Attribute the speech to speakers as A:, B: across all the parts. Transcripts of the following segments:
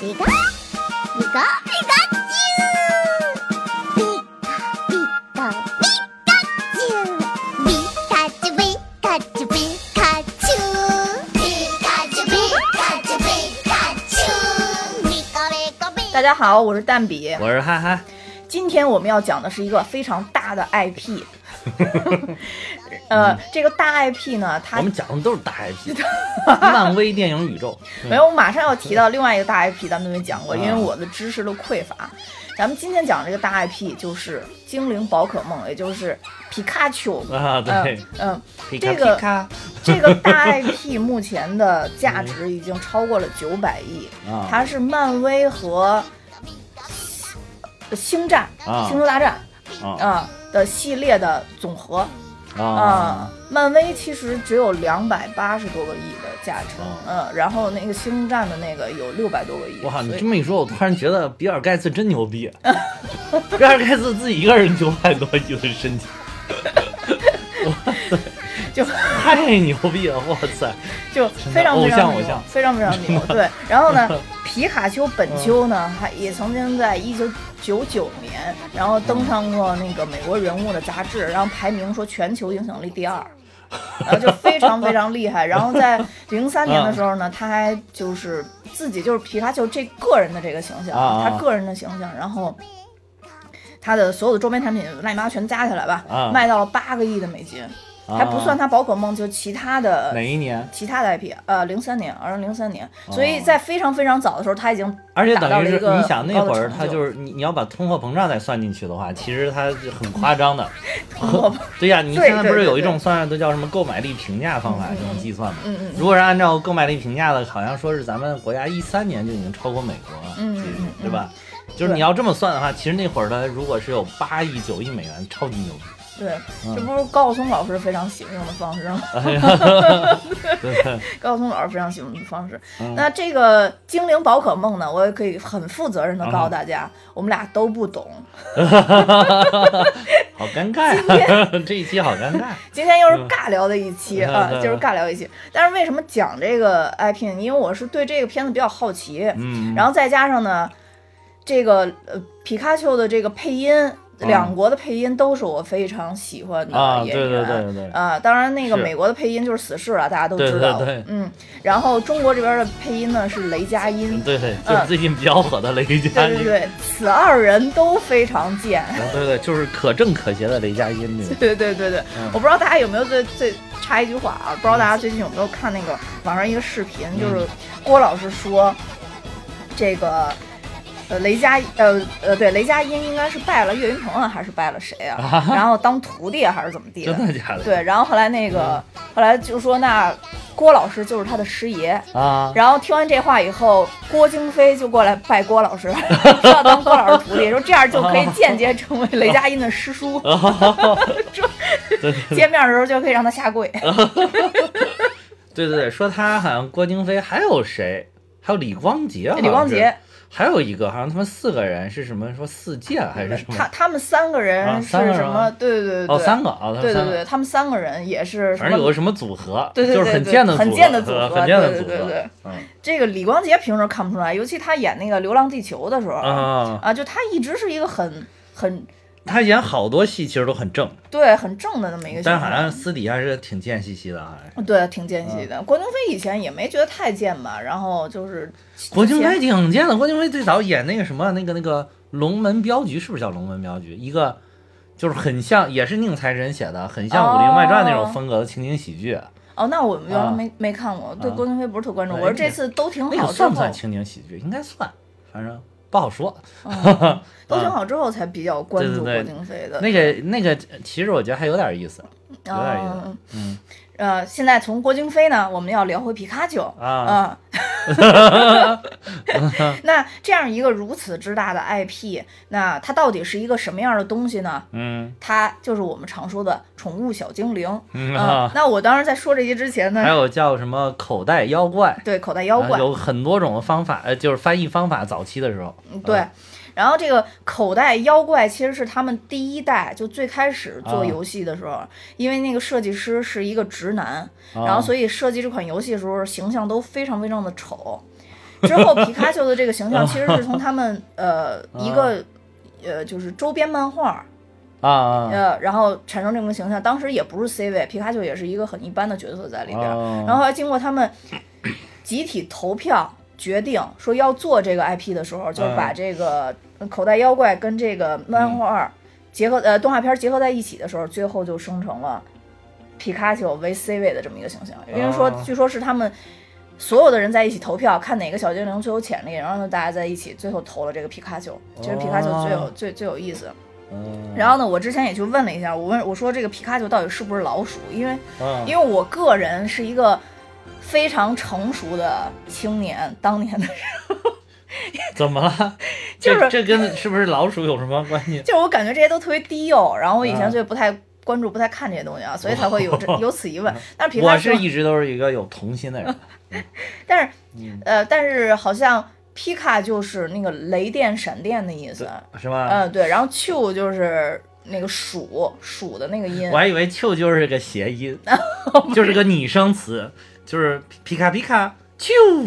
A: ピカピカピカチュウピカピカピカチュウピカチュウピカチュウピカチュウピカチュウピカチュウピカチュウピカピカピ
B: 大家好，我是蛋比。
C: 我是憨憨，
B: 今天我们要讲的是一个非常大的 IP。呃，这个大 IP 呢，它
C: 我们讲的都是大 IP，漫威电影宇宙。
B: 没有，我马上要提到另外一个大 IP，咱们都没讲
C: 嗯
B: 过，因为我的知识的匮乏。咱们今天讲这个大 IP 就是精灵宝可梦，也就是皮卡丘。
C: 啊，
B: 嗯
C: 对，
B: 嗯、
C: 皮
B: 这
C: 卡
B: 个
C: 皮卡
B: 这个大 IP 目前的价值已经超过了九百亿，
C: 啊，
B: 它是漫威和呃星战、
C: 啊
B: 星球大战
C: 啊
B: 啊、的系列的总和啊、
C: 啊，
B: 漫威其实只有两百八十多个亿的价值，嗯、
C: 啊
B: 然后那个星战的那个有六百多个亿。
C: 哇，
B: 嗯
C: 你
B: 所以
C: 这么一说，我突然觉得比尔盖茨真牛逼。比尔盖茨自己一个人九百多亿的 身体，
B: 就
C: 太牛逼了！哇塞，
B: 就非常非
C: 偶
B: 常
C: 像
B: 牛
C: 偶像
B: 非常非常牛。对，然后 呢，皮卡丘本丘呢，还也曾经在一九九九年，然后
C: 嗯
B: 登上过那个美国人物的杂志，然后排名说全球影响力第二。然后就非常非常厉害。然后在 零三年的
C: 嗯
B: 时候呢，他还就是自己就是皮卡丘这个人的这个形象，
C: 啊啊
B: 他个人的形象，然后他的所有的周边产品，乱七八糟全加起来吧，
C: 啊
B: 卖到了八个亿的美金，
C: 啊
B: 还不算他宝可梦，就其他的
C: 哪一年？
B: 其他的 IP，呃，零三年，二零零三年，
C: 哦
B: 所以在非常非常早的时候，他已经
C: 而且
B: 达到
C: 等
B: 了一
C: 于是，
B: 个
C: 你想那会儿
B: 很高的成
C: 他
B: 就
C: 就是你，你要把通货膨胀再算进去的话，其实他是很夸张的。
B: 通货膨，
C: 对呀，你
B: 对
C: 现在不
B: 对
C: 是有
B: 对对
C: 一种算法都叫什么购买力评价方法这种计算吗？
B: 嗯嗯
C: 如果是按照购买力评价的，好像说是咱们国家一三年就已经超过美国了，
B: 嗯
C: 其实
B: 嗯嗯
C: 对吧？就是你要这么算的话，其实那会儿的如果是有八亿、九亿美元，超级牛逼。
B: 对，
C: 嗯哎
B: 这不是高晓松老师非常喜欢用的方式吗？
C: 对对，
B: 高晓松老师非常喜欢用的方式。
C: 嗯
B: 那这个精灵宝可梦呢，我也可以很负责任的告诉大家，
C: 嗯
B: 我们俩都不懂。
C: 好尴尬啊！ 这一期好尴尬。
B: 今天又是尬聊的一期
C: 嗯
B: 啊，就是尬聊一期。但是为什么讲这个 IP 呢？因为我是对这个片子比较好奇，
C: 嗯，
B: 然后再加上呢，这个呃皮卡丘的这个配音。两国的配音都是我非常喜欢
C: 嗯啊
B: 的演员，
C: 对对对对
B: 啊，当然那个
C: 是
B: 美国的配音就是死侍了，大家都
C: 对
B: 知道，
C: 对对
B: 嗯，然后中国这边的配音呢是雷佳音，
C: 嗯对对，就是最近比较火的雷佳
B: 嗯对对，
C: 音
B: 对，此二人都非常贱，
C: 对对，就是可正可邪的雷佳音这 个。
B: 对对对对，
C: 嗯
B: 我不知道大家有没有最最插一句话啊，不知道大家最近有没有看那个网上一个视频，
C: 嗯
B: 就是郭老师说，这个呃雷佳呃呃对雷佳音应该是拜了岳云鹏啊，还是拜了谁啊？然后当徒弟啊还是怎么地的
C: 真？的嗯假的？
B: 对，然后后来那个后来就说那郭老师就是他的师爷。
C: 啊，
B: 然后听完这话以后，郭京飞就过来拜郭老 师，说要当郭老师徒弟，说这样就可以间接成为雷佳音的师 叔。 说见面的时候就可以让他下跪。
C: 啊对对对，说他好像郭京飞，还有谁？还有李光洁好像
B: 哎
C: 是，
B: 李光洁，
C: 还有一个好像他们四个人是什么？说四届啊还是什么
B: 他？他们三个人
C: 啊
B: 是
C: 三个人
B: 什么？
C: 啊
B: 对对对对，
C: 哦，三个啊，
B: 对
C: 他们
B: 对
C: 三
B: 对，
C: 个，
B: 他们三个人也是什
C: 反正有
B: 么
C: 个？什么组合，
B: 对对对
C: 就是很
B: 对
C: 贱的
B: 很
C: 组
B: 贱的组
C: 合
B: 合
C: 很贱的
B: 对
C: 组
B: 对对对
C: 合，嗯
B: 这个李光洁平时看不出来，尤其他演那个《流浪地球》的时候
C: 啊，
B: 啊，就他一直是一个很很
C: 他演好多戏其实都很正，对
B: 对很正的那么一个形
C: 但
B: 象。
C: 好像私底下是挺贱兮兮的，好啊像是。
B: 对，挺奸细的。郭京飞以前也没觉得太贱吧，然后 就是
C: 郭京
B: 之
C: 飞
B: 前
C: 挺贱的，郭京飞最早演那个什么那个那个龙门镖局，是不是叫龙门镖局？一个就是很像，也是宁财神写的，很像《武林外传》那
B: 哦
C: 种风格的情景喜剧。
B: 哦，那我原来
C: 啊
B: 没、没看过，对
C: 啊
B: 郭京飞不是特关注。
C: 对
B: 我说
C: 那
B: 这次都挺
C: 那个
B: 好之
C: 算
B: 后
C: 不，算情景喜剧？应该算，反正不好说。
B: 嗯都挺好之后才比较关注郭
C: 啊对对对
B: 京飞的。
C: 那个那个，其实我觉得还有点意思。有点意
B: 啊
C: 思，嗯
B: 呃，现在从郭京飞呢，我们要聊回皮卡丘
C: 啊，
B: 啊。 那这样一个如此之大的 IP，那它到底是一个什么样的东西呢？
C: 嗯
B: 它就是我们常说的宠物小精灵。
C: 嗯
B: 啊，
C: 啊，
B: 那我当时在说这些之前
C: 还
B: 呢，
C: 有叫什么口袋妖怪。
B: 对口袋妖怪
C: 啊，有很多种方法，呃，就是翻译方法。早期的时候，
B: 对
C: 啊，，
B: 然后这个口袋妖怪其实是他们第一代，就最开始做
C: 啊
B: 游戏的时候，因为那个设计师
C: 啊
B: 是一个直男，然后所以设计这款游戏的时候形象都非常非常的丑。之后，皮卡丘的这个形象其实是从他们呃一个呃就是周边漫画
C: 啊啊
B: 呃，然后产生这么个形象。当时也不是 C 位，皮卡丘也是一个很一般的角色在里边儿。
C: 哦
B: 呃然后还经过他们集体投票决定说要做这个 IP 的时候，就是把这个
C: 嗯
B: 口袋妖怪跟这个漫画结合呃动画片结合在一起的时候，最后就生成了皮卡丘为 C 位的这么一个形象。因为说
C: 哦
B: 据说是他们。所有的人在一起投票，看哪个小精灵最有潜力，然后呢，大家在一起最后投了这个皮卡丘，其实皮卡丘最有、
C: 哦
B: 最最有意思。
C: 嗯
B: 然后呢，我之前也去问了一下，我问我说这个皮卡丘到底是不是老鼠？因为
C: 嗯
B: 因为我个人是一个非常成熟的青年，当年的人，
C: 怎么了？
B: 就是
C: 这这跟是不是老鼠有什么关系？
B: 就是我感觉这些都特别低幼，然后我以前
C: 啊
B: 所以不太关注、不太看这些东西啊，所以才会有 这有此一问。但是皮
C: 嗯我
B: 卡丘
C: 是，一直都是一个有童心 的人，
B: 但是
C: 嗯
B: 呃，但是好像皮卡就是那个雷电、闪电的意思，
C: 是吧？
B: 嗯，对，然后丘就是那个鼠鼠的那个音
C: 我，还以为“啾”就是个 谐音，
B: 哦
C: 就是个拟声词，就是皮卡皮卡 啾。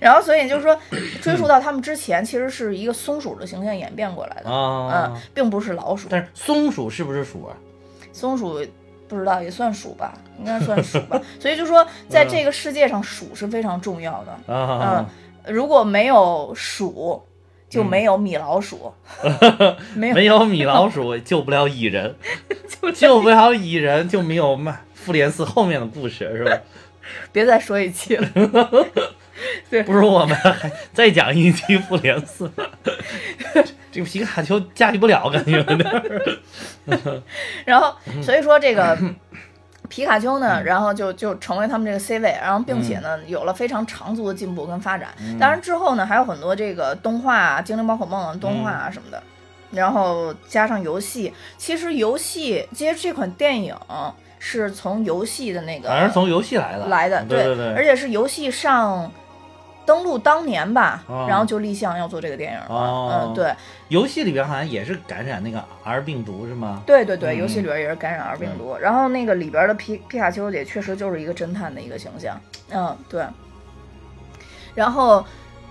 B: 然后所以就是说追溯到他们之前，其实是一个松鼠的形象演变过来的，嗯
C: 啊，，
B: 并不是老鼠。
C: 但是松鼠是不是鼠啊？
B: 松鼠不知道也算鼠 吧，应该算鼠吧。所以就说，在这个世界上，鼠是非常重要的。
C: 啊，
B: 如果没有鼠，就没有米老鼠，嗯 没有
C: 没有米老鼠救不了蚁 人，救不了蚁人就没有嘛复联四后面的故事是吧？
B: 别再说一期了。
C: 不如我们还再讲一期复联四， 这个皮卡丘驾驭不了，感觉有点儿。
B: 然后
C: 嗯
B: 所以说这个。皮卡丘呢，然后就就成为他们这个 C 位，然后并且呢
C: 嗯
B: 有了非常长足的进步跟发展。当然之后呢还有很多这个动画、啊、精灵宝可梦啊动画
C: 嗯
B: 啊什么的，然后加上游戏。其实游戏，其实这款电影是从游戏的那个
C: 反正从游戏来的，
B: 来的，
C: 对对，
B: 而且是游戏上登陆当年吧，
C: 哦
B: 然后就立项要做这个电影了。
C: 哦
B: 嗯，对
C: 游戏里边好像也是感染那个 R 病毒是吗？
B: 对对对，
C: 嗯
B: 游戏里边也是感染 R 病毒，然后那个里边的皮皮卡丘也确实就是一个侦探的一个形象。嗯，对。然后，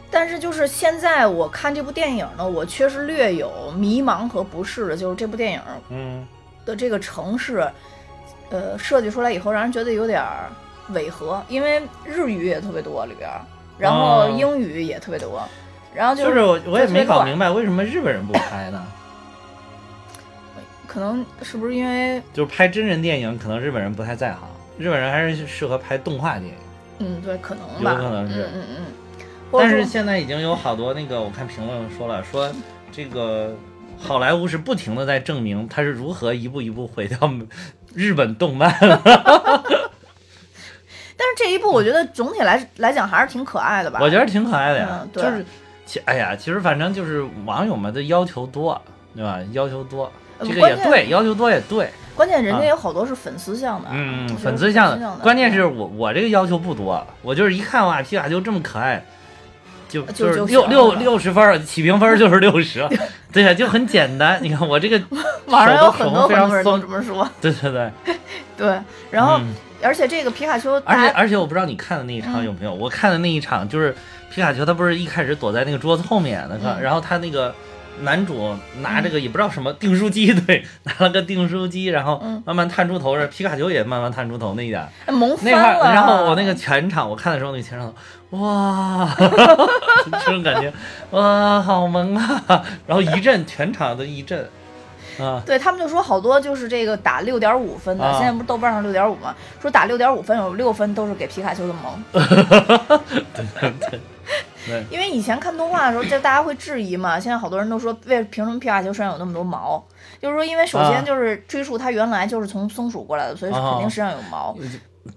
B: 但是就是现在我看这部电影呢，我确实略有迷茫和不适的，就是这部电影
C: 嗯，
B: 的这个城市，呃，设计出来以后，让人觉得有点儿违和，因为日语也特别多里边儿，然后
C: 哦
B: 英语也特别多，然后就
C: 就是是我我也没搞明
B: 白，
C: 白为什么日本人不拍呢？
B: 可能是不是因为
C: 就是拍真人电影，可能日本人不太在行，日本人还是适合拍动画电影。
B: 嗯，对，可能
C: 有
B: 吧，
C: 可能是
B: 嗯嗯嗯，或者
C: 但是
B: 说
C: 现在已经有好多那个，我看评论说了，说这个好莱坞是不停的在证明它是如何一步一步毁掉日本动漫。
B: 但是这一部我觉得总体来来讲还是挺可爱的吧，
C: 我觉得挺可爱的呀，
B: 嗯对
C: 就是其哎呀，其实反正就是网友们的要求多，对吧？要求多，
B: 嗯
C: 这个
B: 关
C: 也
B: 键
C: 对，要求多也对。
B: 关键人家
C: 啊
B: 有好多是粉丝向的，啊
C: 嗯，
B: 就是
C: 粉丝向
B: 的嗯
C: 的，，关键是我我这个要求不多，我就是一看哇，皮卡丘这么可爱，就
B: 呃就
C: 就是
B: 就
C: 六
B: 行
C: 六
B: 了
C: 六十分儿，起评分儿就是六十 了，对呀，就很简单。你看我这个
B: 网上有
C: 手
B: 很
C: 都
B: 多
C: 非
B: 很
C: 常
B: 多人都
C: 松
B: 这么说，
C: 对对对，
B: 对，然后、
C: 嗯
B: 而且这个皮卡丘，
C: 而
B: 大
C: 且
B: 家
C: 而且我不知道你看的那一
B: 嗯
C: 场有没有，我看的那一场就是皮卡丘，他不是一开始躲在那个桌子后面那个，
B: 嗯
C: 然后他那个。男主拿这个也不知道什么订书机，对， 拿了个订书机，然后
B: 嗯
C: 慢慢探出头，然后皮卡丘也慢慢探出头那 一点儿，
B: 哎萌
C: 那
B: 翻
C: 块
B: 了，
C: 儿，然后我那个全场，我看的时候，那个全场，哇， 这种感觉，哇，好萌啊！ 然后一阵，全场都一阵，啊，
B: 对他们就说好多就是这个打六点五分的，
C: 啊
B: 现在不是豆瓣上六点五嘛，说打六点五分有六分都是给皮卡丘的 萌，
C: 对，
B: 因为以前看动画的时候，这大家会质疑嘛，现在好多人都说为凭什么皮卡丘身上有那么多毛？就是说，因为首
C: 啊
B: 先就是追溯它原来就是从松鼠过来的，所以
C: 啊
B: 肯定身上有毛。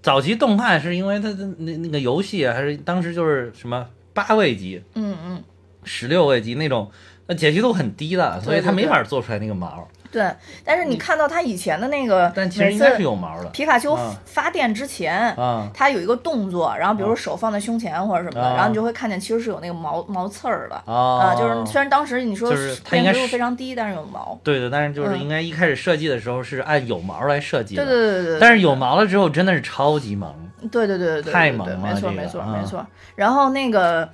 C: 早期动画是因为它的那那个游戏啊还是当时就是什么八位级、
B: 嗯嗯，
C: 十六位级那种，那解析度很低的，所以它
B: 对对
C: 没法做出来那个毛。
B: 对。但是你看到它以前的那个，
C: 嗯但其实应该是有毛的
B: 皮卡丘
C: 啊
B: 发电之前，
C: 啊
B: 它有一个动作，然后比如说手放在胸前或者什么的，
C: 嗯啊
B: 然后你就会看见其实是有那个毛毛刺儿的。啊，
C: 啊
B: 就是虽然当时你说
C: 就是它
B: 辨
C: 应该
B: 识度
C: 是
B: 非常低，但是有毛。
C: 对的，但是就是
B: 嗯
C: 应该一开始设计的时候是按有毛来设计
B: 对
C: 的，
B: 对对对对。
C: 但是有毛了之后真的是超级萌。
B: 对对对对对，
C: 太
B: 对
C: 猛
B: 对
C: 了
B: 没错
C: 这个
B: 没错
C: 啊
B: 没错。然后那个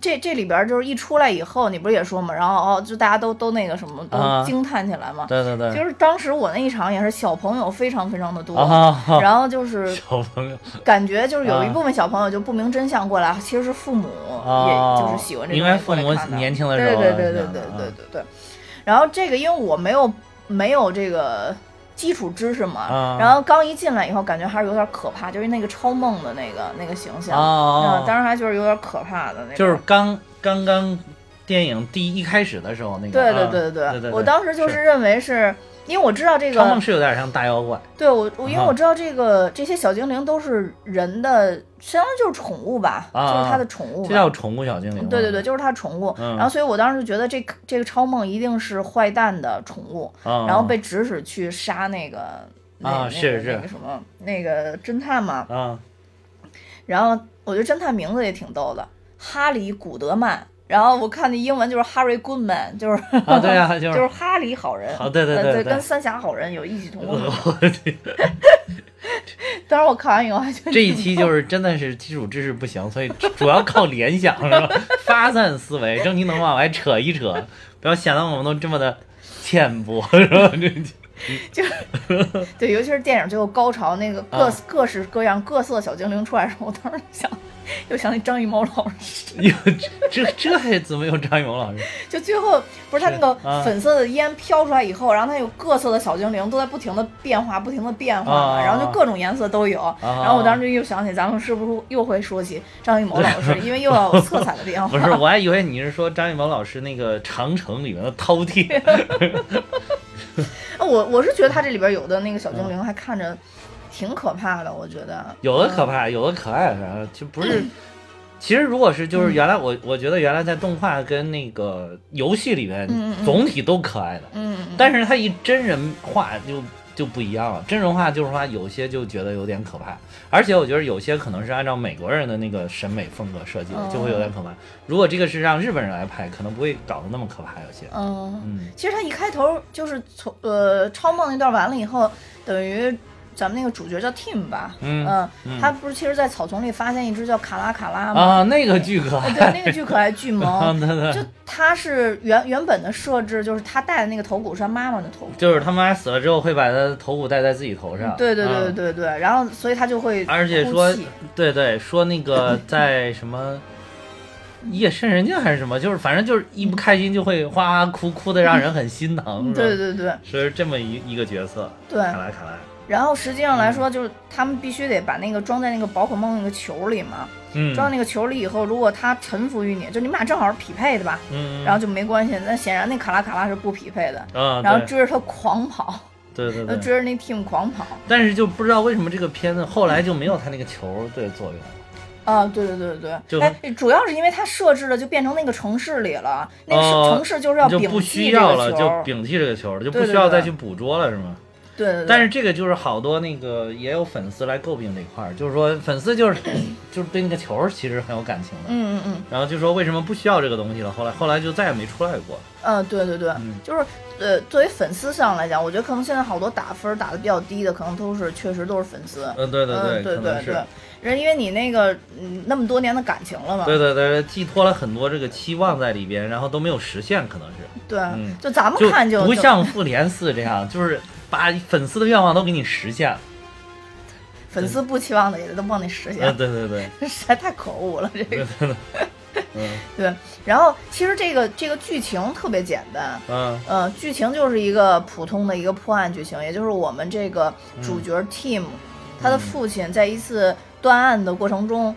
B: 这这里边就是一出来以后，你不是也说嘛，然后哦，就大家都都那个什么，
C: 啊
B: 都惊叹起来嘛。
C: 对对对，
B: 就是当时我那一场也是小朋友非常非常的多，
C: 啊，
B: 然后就是
C: 小朋友
B: 感觉就是有一
C: 啊
B: 部分小朋友就不明真相过来，其实是父母
C: 啊
B: 也就是喜欢这种，
C: 应该父母年轻的时候
B: 对对对对
C: 啊
B: 对对对对。然后这个因为我没有没有这个基础知识嘛，
C: 啊
B: 然后刚一进来以后感觉还是有点可怕，就是那个超梦的那个那个形象，
C: 啊
B: 嗯，，当时还就是有点可怕的那种。
C: 就是刚刚刚电影第一开始的时候那个，
B: 对对
C: 啊
B: 对
C: 对对，
B: 我当时就是认为是。因为我知道这个
C: 超梦是有点像大妖怪，
B: 对我，我因为
C: 啊
B: 我知道这个这些小精灵都是人的，相当于就是宠物吧，
C: 啊
B: 就是它的宠物
C: 这
B: 吧。
C: 叫宠物小精灵吗，
B: 对对对，就是它宠物。
C: 嗯
B: 然后，所以我当时就觉得这个这个超梦一定是坏蛋的宠物，
C: 啊，
B: 然后被指使去杀那个那、
C: 啊
B: 那个
C: 是是
B: 那个什么那个侦探嘛。
C: 啊
B: 然后我觉得侦探名字也挺逗的，哈里古德曼。然后我看那英文就是 Harry Goodman，就是
C: 啊对 啊，就
B: 就是
C: 是啊
B: 哈里好人，
C: 好对对
B: 呃
C: 对
B: 对
C: 对呃
B: 跟三峡好人有异曲同工之妙。
C: 我的 天
B: 当时我看完以后还觉得
C: 这一期就是真的是基础知识不行，所以主要靠联想是吧？发散思维，正经能往外扯一扯，不要显得我们都这么的浅薄是吧？这
B: 对，尤其是电影最后高潮那个各、
C: 啊
B: 各式各样各色小精灵出来的时候，我当时想，又想起张艺谋老师，
C: 有这这这还怎么有张艺谋老师？
B: 就最后不是他那个
C: 啊
B: 粉色的烟飘出来以后，然后它有各色的小精灵都在不停的变化，不停的变化嘛，
C: 啊
B: 然后就各种颜色都有。然后我当时就又想起咱们是不是又会说起张艺谋老师，因为又要有色彩的变化。
C: 不是，我还以为你是说张艺谋老师那个《长城》里面的饕餮
B: 哦我我是觉得他这里边有的那个小精灵还看着挺可怕的，我觉得。
C: 嗯有的可怕，有的可爱，反正就不是。其实，如果是就是原来我我觉得原来在动画跟那个游戏里面
B: 嗯嗯嗯
C: 总体都可爱的，
B: 嗯，
C: 但是它一真人化就就不一样了。真人化就是说有些就觉得有点可怕，而且我觉得有些可能是按照美国人的那个审美风格设计的，
B: 嗯
C: 就会有点可怕。如果这个是让日本人来拍，可能不会搞得那么可怕。有些，
B: 嗯。
C: 嗯
B: 其实他一开头就是从呃超梦那段完了以后，等于咱们那个主角叫 Tim 吧，
C: 嗯嗯
B: 他不是其实，在草丛里发现一只叫卡拉卡拉吗？
C: 啊，那个巨可爱，
B: 嗯对，那个巨可爱巨
C: 啊
B: 萌。
C: 对对
B: 就他是原原本的设置，就是他戴的那个头骨是他妈妈的头骨。
C: 就是他妈死了之后会把他的头骨戴在自己头上。
B: 对对
C: 嗯
B: 对对对，然后所以他就会
C: 而且
B: 哭
C: 说
B: 泣，
C: 对对，说那个在什么夜深人静还是什么，就是反正就是一不开心就会哗哗哭，哭的让人很心疼。
B: 嗯对
C: 对，
B: 对对
C: 是这么一一个角色。
B: 对，
C: 卡拉卡拉，
B: 然后实际上
C: 嗯
B: 来说，就是他们必须得把那个装在那个宝可梦那个球里嘛，
C: 嗯
B: 装在那个球里以后，如果它臣服于你，就你们俩正好是匹配的吧，
C: 嗯，
B: 然后就没关系。那显然那卡拉卡拉是不匹配的，
C: 啊，
B: 然后呃
C: 对
B: 追着他狂跑，
C: 对对
B: 就
C: 对，
B: 追着那 team 狂跑。
C: 但是就不知道为什么这个片子后来就没有他那个球的作用。
B: 啊，对对对对
C: 就
B: 对，哎，主要是因为它设置了，就变成那个城市里了，那个
C: 哦
B: 是城市就是要
C: 就
B: 摒
C: 不
B: 弃
C: 需
B: 这
C: 要
B: 个
C: 了，就
B: 球，
C: 摒弃这个球了，就不
B: 对
C: 需
B: 对
C: 要
B: 对
C: 再去捕捉了，是吗？
B: 对对对。
C: 但是这个就是好多那个也有粉丝来诟病这块儿，就是说粉丝就是 就是对那个球儿其实很有感情的，
B: 嗯嗯嗯
C: 然后就说为什么不需要这个东西了，后来后来就再也没出来过。
B: 嗯，对对对，
C: 嗯
B: 就是呃，作为粉丝上来讲，我觉得可能现在好多打分打的比较低的，可能都是确实都是粉丝。
C: 嗯，对对
B: 嗯，对
C: 可能
B: 对
C: 是
B: 对，，人因为你那个嗯那么多年的感情了嘛，
C: 对对对，寄托了很多这个期望在里边，然后都没有实现，可能是
B: 对
C: 嗯
B: 就咱们哦看就
C: 不
B: 就
C: 像复联四这样，就是把粉丝的愿望都给你实现了。
B: 粉丝不期望的也都帮你实现了
C: 嗯，对对 对，
B: 实在太可恶了，这个
C: 嗯
B: 对。然后其实这个这个剧情特别简单，
C: 嗯
B: 呃，剧情就是一个普通的一个破案剧情，也就是我们这个
C: 嗯
B: 主角 Tim，、他的父亲在一次断案的过程中，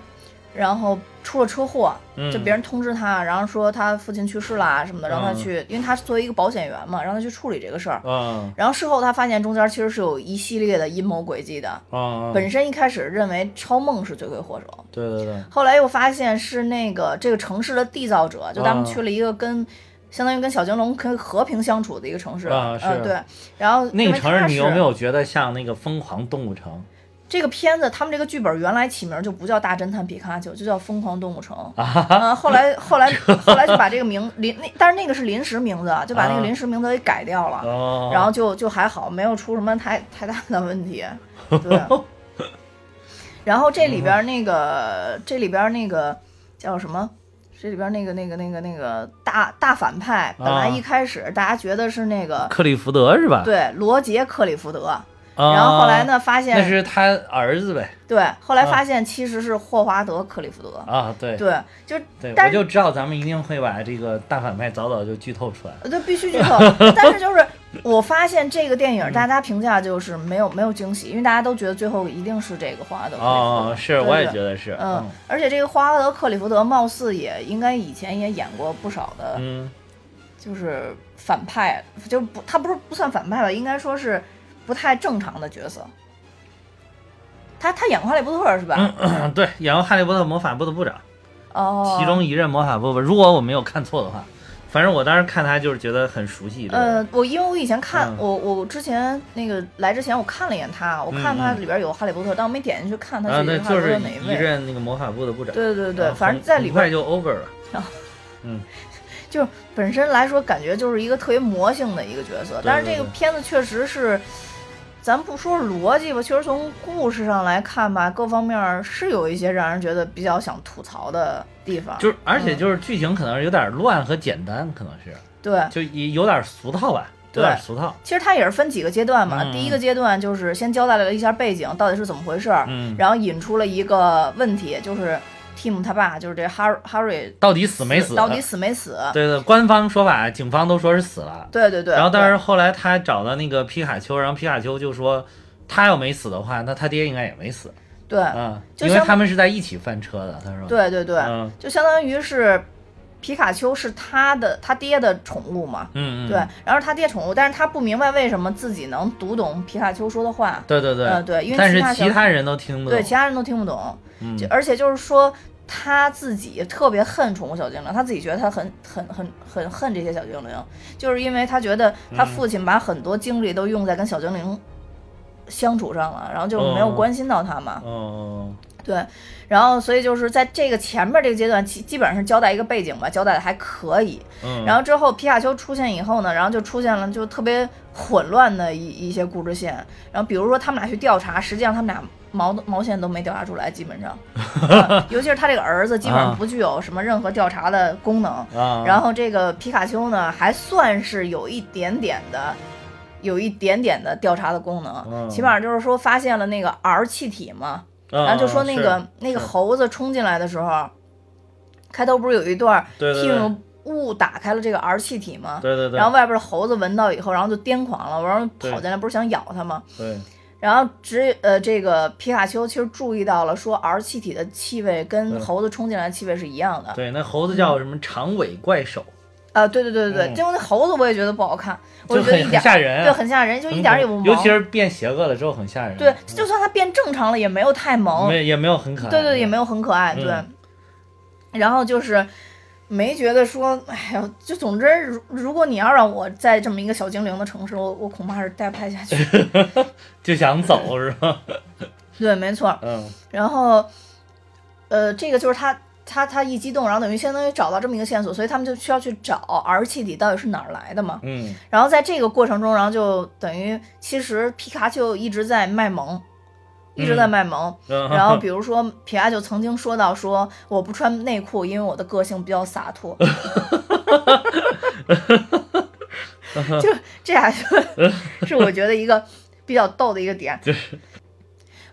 B: 然后出了车祸，
C: 嗯
B: 就别人通知他，然后说他父亲去世啦什么的，让他
C: 嗯
B: 去，因为他作为一个保险员嘛，让他去处理这个事儿。
C: 嗯
B: 然后事后他发现中间其实是有一系列的阴谋诡计的，
C: 嗯，
B: 本身一开始认为超梦是罪魁祸首，
C: 对对对，
B: 后来又发现是那个这个城市的缔造者，就他们
C: 啊
B: 去了一个跟。相当于跟小精灵可以和平相处的一个城市，
C: 啊是
B: 嗯，对。然后
C: 那
B: 因
C: 个
B: 为
C: 城市
B: 它
C: 你
B: 是
C: 有没有觉得像那个《疯狂动物城
B: 这个片子？他们这个剧本原来起名就不叫《大侦探皮卡丘》，就叫《疯狂动物 城》啊。嗯，后来后来后来就把这个名临那，但是那个是临时名字，啊，就把那
C: 啊
B: 个临时名字给改掉》？了。
C: 哦，
B: 啊然 后就就还好，没有出什么太太大的问题。对。然后这里边儿那个，这里边儿那个叫什么？这里边儿那个那个那个那个大大反派，本来
C: 啊
B: 一开始大家觉得是那个、
C: 克利福德是吧？
B: 对罗杰克里福德，
C: 啊，
B: 然后后来呢发
C: 那
B: 现
C: 是他儿子呗？
B: 对，后来
C: 啊
B: 发现其实是霍华德克里福德，
C: 啊，对
B: 对，就
C: 对，
B: 但
C: 我
B: 是
C: 就知道咱们一定会把这个大反派早早就剧透出来。
B: 对，必须剧 透。但是就是我发现这个电影，大家评价就是没有没有惊喜，因为大家都觉得最后一定是这个霍华德克里福
C: 哦
B: 德。，
C: 是，
B: 对
C: 我也
B: 对
C: 觉得是。
B: 嗯，而且这个霍华德克里福德貌似也应该以前也演过不少的，
C: 嗯
B: 就是反派，就是不他不是不算反派吧，应该说是不太正常的角色。他他演过哈利波特是吧？
C: 嗯，对，演过《哈利波特魔法部》的部长，
B: 哦，
C: 其中一任魔法部部，如果我没有看错的话，反正我当时看他就是觉得很熟悉。这个
B: 呃，我因为我以前看、
C: 嗯
B: 我我之前那个来之前我看了一眼他，我看他
C: 嗯嗯
B: 里边有哈利波特，但我没点进去看他
C: 啊，
B: 具体
C: 对，
B: 是哈利
C: 就
B: 波特
C: 是
B: 哪
C: 一
B: 位。
C: 任那个魔法部的部长。
B: 对对对，
C: 啊
B: 反
C: 很
B: 正在里
C: 很快
B: 边
C: 就 over 了。
B: 就本身来说，感觉就是一个特别魔性的一个角色。但是
C: 对
B: 这个
C: 对
B: 片子确实是，咱不说逻辑吧，确实从故事上来看吧，各方面儿是有一些让人觉得比较想吐槽的地方。
C: 就是，而
B: 嗯
C: 且就是剧情可能是有点乱和简单，可能是
B: 对，
C: 就也有点俗套吧，有
B: 对
C: 点俗套。
B: 其实它也是分几个阶段嘛。
C: 嗯
B: 第一个阶段就是先交代了一下背景，到底是怎么回事儿，
C: 嗯
B: 然后引出了一个问题，就是 Tim 他爸，就是这哈哈瑞
C: 到底死没死？
B: 到底死没死？
C: 对对，官方说法，警方都说是死了。
B: 对对对。
C: 然后，但是
B: 对
C: 后来他找到那个皮卡丘，然后皮卡丘就说，他要没死的话，那他爹应该也没死。
B: 对
C: 嗯，
B: 就
C: 因为
B: 相
C: 他们是在一起翻车的，他说。
B: 对对对，
C: 嗯
B: 就相当于是皮卡丘是他的他爹的宠物嘛。
C: 嗯嗯，
B: 对，然后是他爹宠物，但是他不明白为什么自己能读懂皮卡丘说的话，
C: 对对对，
B: 呃对因为
C: 但
B: 其
C: 是
B: 他小
C: 其他人都听不懂。
B: 对，其他人都听不懂。
C: 嗯
B: 就而且就是说他自己特别恨宠物小精灵，他自己觉得他很很很很恨这些小精灵，就是因为他觉得
C: 嗯
B: 他父亲把很多精力都用在跟小精灵相处上了，然后就没有
C: 哦
B: 关心到他嘛。
C: 哦，
B: 对，然后所以就是在这个前面这个阶段，基基本上是交代一个背景吧，交代的还可以。
C: 嗯，
B: 然后之后皮卡丘出现以后呢，然后就出现了就特别混乱的一一些故事线。然后比如说他们俩去调查，实际上他们俩毛都毛线都没调查出来，基本 上，啊尤其是他这个儿子基本上
C: 啊
B: 不具有什么任何调查的功能。
C: 啊，
B: 然后这个皮卡丘呢，还算是有一点点的。有一点点的调查的功能，
C: 嗯
B: 起码就是说发现了那个 R 气体嘛，
C: 嗯，
B: 然后就说那个
C: 是
B: 那个猴子冲进来的时候，开头不是有一段
C: 对对对
B: Tim 误打开了这个 R 气体吗？
C: 对对对，
B: 然后外边的猴子闻到以后，然后就癫狂了，然后
C: 对
B: 跑进来，不是想咬它吗？
C: 对，
B: 然后只呃，这个皮卡丘其实注意到了，说 R 气体的气味跟
C: 对
B: 猴子冲进来的气味是一样的。
C: 对，那猴子叫什
B: 嗯
C: 么长尾怪手，
B: 啊，对对对对对，
C: 嗯
B: 就那猴子我也觉得不好看，我
C: 就
B: 觉得
C: 很
B: 一
C: 很
B: 点
C: 吓人，啊嗯
B: 对很吓人，就一点儿也不萌。
C: 尤其是变邪恶了之后很吓人，啊嗯
B: 对，就算它变正常了，也没有太萌。
C: 没也没有很可爱，
B: 对对，也没有很可爱，
C: 嗯
B: 对。然后就是没觉得说，哎呀，就总之，如如果你要让我在这么一个小精灵的城市，我我恐怕是待不太 下去。
C: 就想走是吧？
B: 对，没错。
C: 嗯，
B: 然后，呃，这个就是他他他一激动，然后等于相当于找到这么一个线索，所以他们就需要去找 R 气体到底是哪儿来的嘛。
C: 嗯，
B: 然后在这个过程中，然后就等于其实皮卡丘一直在卖萌，一直在
C: 嗯
B: 卖萌。然
C: 然
B: 后比如说皮亚就曾经说到说我不穿内裤，因为我的个性比较洒 脱。就这俩就是我觉得一个比较逗的一个点，
C: 就是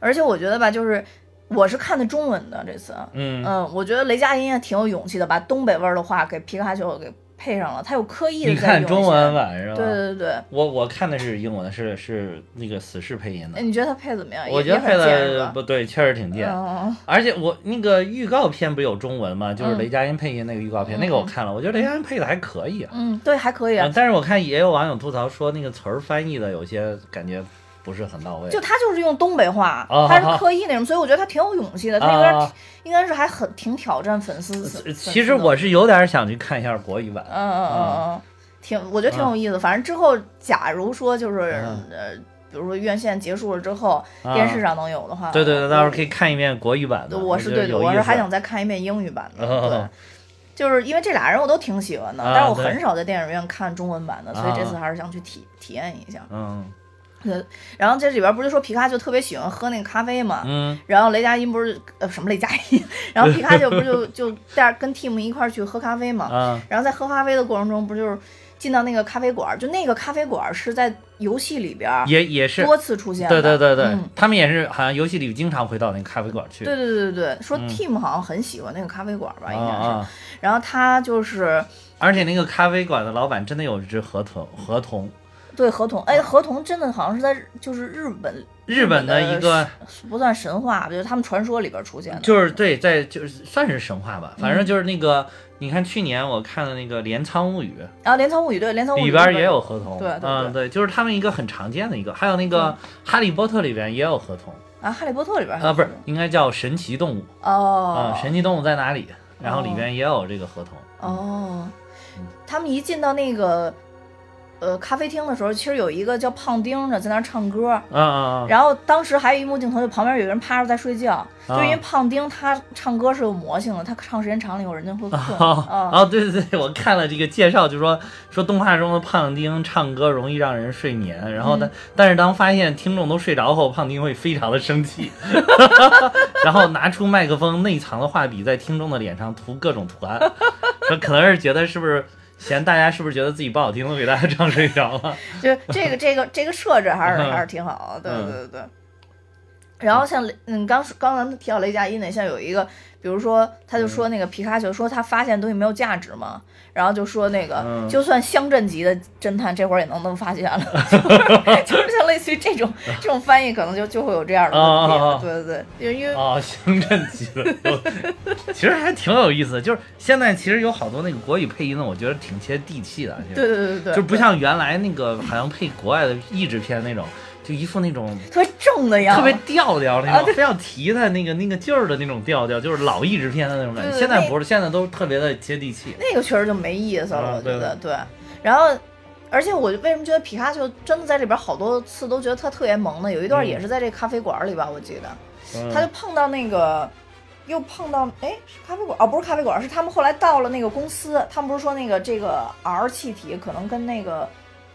B: 而且我觉得吧，就是我是看的中文的这次，
C: 嗯
B: 嗯，我觉得雷佳音也挺有勇气的，把东北味儿的话给皮卡丘给配上了，他有刻意的
C: 你
B: 在
C: 看
B: 用
C: 中
B: 一些
C: 文，版是吧？
B: 对对对，
C: 我我看的是英文，是是那个死侍配音
B: 哎，
C: 的，
B: 你觉得他配怎么样？
C: 我
B: 也
C: 觉得
B: 也很
C: 配
B: 贱是吧
C: 的不对，确实挺贱。
B: 嗯，
C: 而且我那个预告片不有中文吗？就是
B: 嗯
C: 雷佳音配音那个预告片，
B: 嗯
C: 那个我看了，我觉得雷佳音配的还可以啊。
B: 嗯，对，还可以啊
C: 嗯，但是我看也有网友吐槽说那个词儿翻译的有些感觉不是很到位。
B: 就他就是用东北话，
C: 哦
B: 他
C: 好
B: 是
C: 好
B: 刻意那种，所以我觉得他挺有勇气的，他有点、
C: 啊，呃
B: 应该是还很挺挑战粉丝。粉丝
C: 其
B: 的
C: 实我是有点想去看一下国语版
B: 嗯，嗯嗯嗯嗯，挺我觉得挺有意思。
C: 啊
B: 反正之后，假如说就是、
C: 嗯
B: 呃，比如说院线结束了之后，
C: 啊
B: 电视上能有的话，
C: 对对对，
B: 我
C: 到时候可以看一遍国语版的。
B: 我是
C: 觉得
B: 对的，
C: 有
B: 我
C: 意
B: 是还
C: 思
B: 想再看一遍英语版的。
C: 哦
B: 对，就是因为这俩人我都挺喜欢的，
C: 啊
B: 但是我
C: 对
B: 很少在电影院看中文版的，所以这次
C: 啊
B: 还是想去体体验一下。
C: 嗯，
B: 呃然后这里边不是说皮卡丘特别喜欢喝那个咖啡嘛，
C: 嗯，
B: 然后雷佳音不是呃什么雷佳音， 然后皮卡丘不是就 就带跟 team 一块儿去喝咖啡嘛，
C: 啊，
B: 然后在喝咖啡的过程中，不就是进到那个咖啡馆儿，就那个咖啡馆儿是在游戏里边儿
C: 啊也也是，
B: 多次出现
C: 对
B: 的，
C: 对对对，
B: 嗯
C: 他们也是好像游戏里经常会到那个咖啡馆去，
B: 对对对对对，说
C: 嗯
B: Team 好像很喜欢那个咖啡馆儿吧，
C: 啊
B: 应该是。
C: 啊，
B: 然后他就是
C: 而且那个咖啡馆的老板真的有一只合同合同，
B: 对合同，哎，合同真的好像是在日就是日本
C: 日本的一个
B: 不算神话吧，就是他们传说里边儿出现的，
C: 就是对，在就是算是神话吧，
B: 嗯
C: 反正就是那个，你看去年我看的那个《镰仓物语
B: 然后《镰仓物语》对《镰仓》物语
C: 里边也有合同，
B: 对对对
C: 嗯对，就是他们一个很常见的一个，还有那个《哈利波特》里边也有合同
B: 啊，《哈利波特》里边儿还
C: 啊，不是
B: 有
C: 应该叫《神奇动物》
B: 哦
C: 啊，《神奇动物在哪里》，然后里边也有这个合同，
B: 哦，他们一进到那个呃咖啡厅的时候，其实有一个叫胖丁的在那儿唱歌，
C: 啊啊啊，
B: 然后当时还有一幕镜头，就旁边有个人趴着在睡觉，就是因为胖丁他唱歌是有魔性的，他唱时间长了以后人就会困
C: 哦
B: 啊。
C: 哦，对对对，我看了这个介绍，就说说动画中的胖丁唱歌容易让人睡眠，然后呢，但是当发现听众都睡着后，胖丁会非常的生气，然后拿出麦克风内藏的画笔在听众的脸上涂各种图案，说可能是觉得是不是嫌大家是不是觉得自己不好听，都给大家唱睡着了。
B: 就是这个这个这个设置还是
C: 嗯
B: 还是挺好的，对
C: 嗯
B: 对对对。然后像雷嗯，刚说刚刚提到雷佳音呢，像有一个，比如说他就
C: 嗯
B: 说那个皮卡丘说他发现东西没有价值嘛，然后就说那个、
C: 嗯
B: 就算乡镇级的侦探这会儿也能能发现了， 就是就是像类似于这种这种翻译，可能就就会有这样的问题了，
C: 哦哦哦
B: 对对对，因为因为、
C: 哦，乡镇级的，其实还挺有意思的，就是现在其实有好多那个国语配音呢，我觉得挺接地气的。其
B: 对
C: 实
B: 对对对对，
C: 就不像原来那个好像配国外的译制片那种，就一副那种
B: 特别正的样子，
C: 特别调调那
B: 啊
C: 种，非要提他那个那个劲儿的那种调调，就是老译制片的那种感觉。
B: 对
C: 现在
B: 那
C: 不是，现在都特别的接地气。
B: 那个确实就没意思了，
C: 啊
B: 我觉得对。然后，而且我为什么觉得皮卡丘真的在这边好多次都觉得他特别萌呢？有一段
C: 嗯
B: 也是在这咖啡馆里吧，我记得、他就碰到那个。又碰到哎，是咖啡馆哦，不是咖啡馆，是他们后来到了那个公司。他们不是说那个这个 R 气体可能跟那个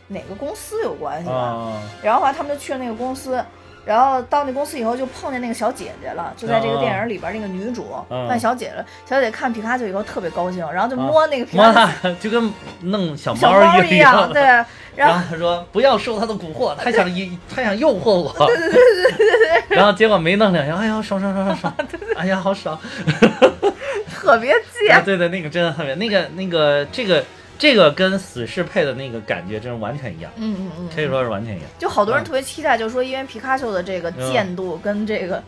B: 哪个公司有关系吧？
C: 啊，
B: 然后后来他们就去了那个公司，然后到那公司以后就碰见那个小姐姐了，就在这个电影里边那个女主
C: 嗯
B: 那小姐姐，小姐姐看皮卡丘以后特别高兴，然后就摸那个皮
C: 啊摸
B: 卡丘
C: 它就跟弄小
B: 小
C: 猫
B: 猫
C: 一
B: 一样，对，
C: 然
B: 然后
C: 后他说不要受他的蛊惑，他想一他想诱惑我。对对对对对。然后结果没弄两下，哎呀爽爽爽爽 爽，哎呀好爽。
B: 特别
C: 啊，
B: 贱，
C: 对对，那个真的特别，那个那个这个这个跟死侍配的那个感觉真是完全一样，
B: 嗯嗯嗯，
C: 可以说是完全一样。
B: 就好多人
C: 嗯
B: 特别期待，就说因为皮卡丘的这个贱度跟这个。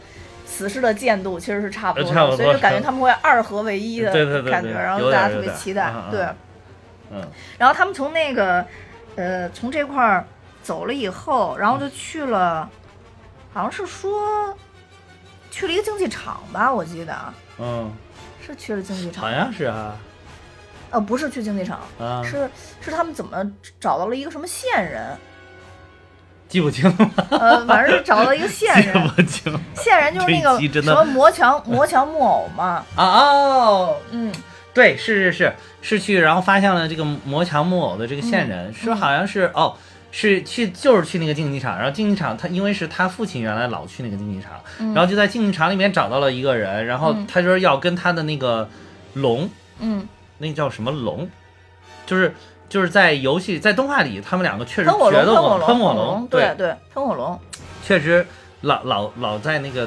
B: 死侍的贱度其实是差不多的，
C: 差不多
B: 所以就感觉他们会二合为一的
C: 对对对对
B: 感觉，
C: 对
B: 然后
C: 有点
B: 大家特
C: 有
B: 别
C: 点
B: 期待
C: 嗯嗯，
B: 对。
C: 嗯嗯，
B: 然后他们从那个，呃，从这块儿走了以后，然后就去了，好像是说去了一个竞技场吧，我记得
C: 嗯，
B: 是去了竞技
C: 好
B: 场，
C: 像是啊
B: 呃，不是去竞技场，
C: 啊，
B: 是是他们怎么找到了一个什么线人，
C: 记不清了，
B: 呃，反正是找到一个线
C: 记
B: 人，
C: 不清了
B: 线人就是那
C: 这一集
B: 个
C: 真
B: 什
C: 的
B: 么魔墙魔墙木偶嘛，
C: 啊哦，
B: 嗯，
C: 对，是是是是去，然后发现了这个魔墙木偶的这个
B: 嗯
C: 线人，是好像是哦。是去就是去那个竞技场，然后竞技场他因为是他父亲原来老去那个竞技场，然后就在竞技场里面找到了一个人，然后
B: 嗯
C: 他就是要跟他的那个龙，
B: 嗯，
C: 那叫什么龙，就是就是在游戏在动画里，他们两个确实
B: 喷火龙，
C: 觉
B: 喷
C: 得
B: 火
C: 我
B: 龙，
C: 喷火
B: 龙，
C: 对
B: 对对，喷火龙，
C: 确实老老老在那个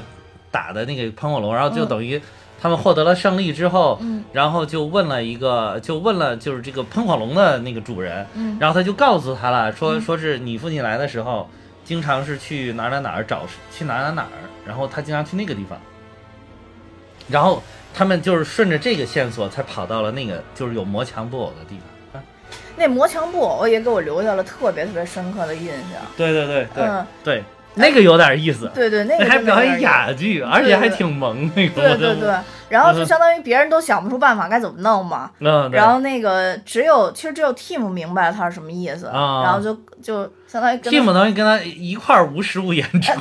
C: 打的那个喷火龙，然后就等于他们获得了胜利之后，
B: 嗯
C: 然后就问了一个，就问了就是这个喷火龙的那个主人，
B: 嗯
C: 然后他就告诉他了，说说是你父亲来的时候，经常是去哪儿哪儿哪儿找去哪儿哪儿哪儿，然后他经常去那个地方，然后他们就是顺着这个线索才跑到了那个就是有魔墙布偶的地方。
B: 那魔墙木偶也给我留下了特别特别深刻的印象。
C: 对对对对、
B: 嗯
C: 对，那个有点意思，
B: 对对，那个
C: 还
B: 哎真的
C: 表
B: 有
C: 演
B: 点儿
C: 哑剧，而且还挺萌那个，
B: 对
C: 我
B: 对
C: 真
B: 对
C: 的，，
B: 然后就相当于别人都想不出办法该怎么弄嘛，
C: 嗯，对
B: 然后那个只有其实只有 team 明白他是什么意思，
C: 啊
B: 然后就就相当于跟他
C: Team 等于跟他一块儿无实物演出，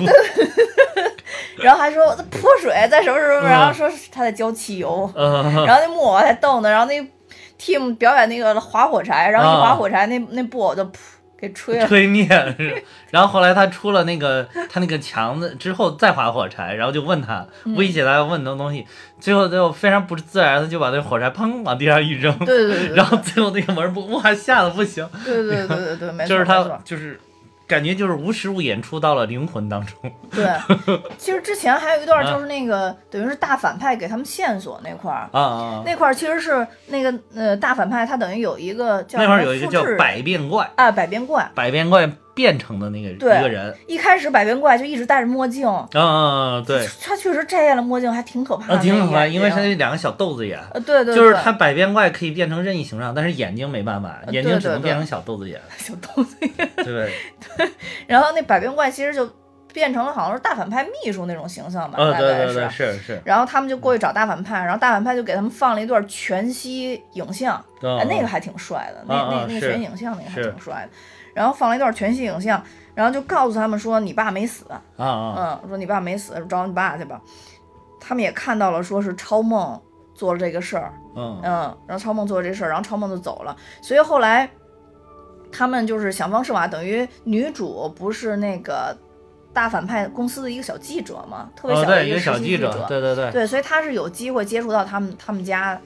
B: 然后还说泼水在什么什么，
C: 嗯
B: 然后说是他在浇汽油，
C: 嗯，
B: 然后那木偶还逗呢，然后那 team 表演那个划火柴，然后一
C: 啊
B: 划火柴，那那布偶就噗给 吹了。
C: 嗯吹灭是。然后后来他出了那个他那个墙子之后再划火柴，然后就问他
B: 嗯
C: 威胁他问他东西，最后最后非常不自然的就把那火柴砰往地上一扔，
B: 对对对对
C: 然后最后那个门不哇吓得不行，
B: 对对对对对，没错
C: 就是
B: 没
C: 他
B: 错
C: 就是感觉就是无实物演出到了灵魂当中，
B: 对。 其实之前还有一段
C: 啊
B: 就是那个等于是大反派给他们线索那块儿。
C: 啊啊啊！
B: 那块儿其实是那个呃大反派，他等于有一个叫
C: 那
B: 什
C: 会
B: 么
C: 儿有一个
B: 复
C: 叫
B: 制
C: 百变怪，
B: 啊百变怪，
C: 百变怪变成的那个一
B: 对
C: 个人，
B: 一开始百变怪就一直戴着墨镜，
C: 嗯嗯嗯，对，
B: 他确实摘下了墨镜，还挺可怕
C: 啊
B: 的。
C: 挺好看，
B: 看，
C: 因为他那两个小豆子眼。
B: 呃对对，
C: 就是
B: 对
C: 他百变怪可以变成任意形状，但是眼睛没办法，
B: 呃
C: 眼
B: 对
C: 睛
B: 对
C: 只能
B: 对
C: 变成小豆子眼。
B: 小东西。
C: 对，
B: 然后那百变怪其实就变成了好像是大反派秘书那种形象吧，啊
C: 呃，
B: 大
C: 对
B: 概是
C: 对对，。是是，
B: 然后他们就过去找大反派，然后大反派就给他们放了一段全息影像，
C: 嗯
B: 哎，那个还挺帅的，那
C: 嗯
B: 那
C: 嗯
B: 那
C: 是
B: 全息影像那个还
C: 是
B: 挺帅的。然后放了一段全息影像，然后就告诉他们说你爸没死，
C: 啊啊，
B: 嗯，说你爸没死，找你爸去吧。他们也看到了，说是超梦做了这个事儿，
C: 嗯
B: 嗯，然后超梦做这事儿，然后超梦就走了。所以后来他们就是想方设法，等于女主不是那个大反派公司的一个小记者嘛，特别
C: 哦，
B: 小的
C: 对，一
B: 个
C: 个
B: 实
C: 小
B: 习
C: 记者，对对对，
B: 对，所以他是有机会接触到他们他们家。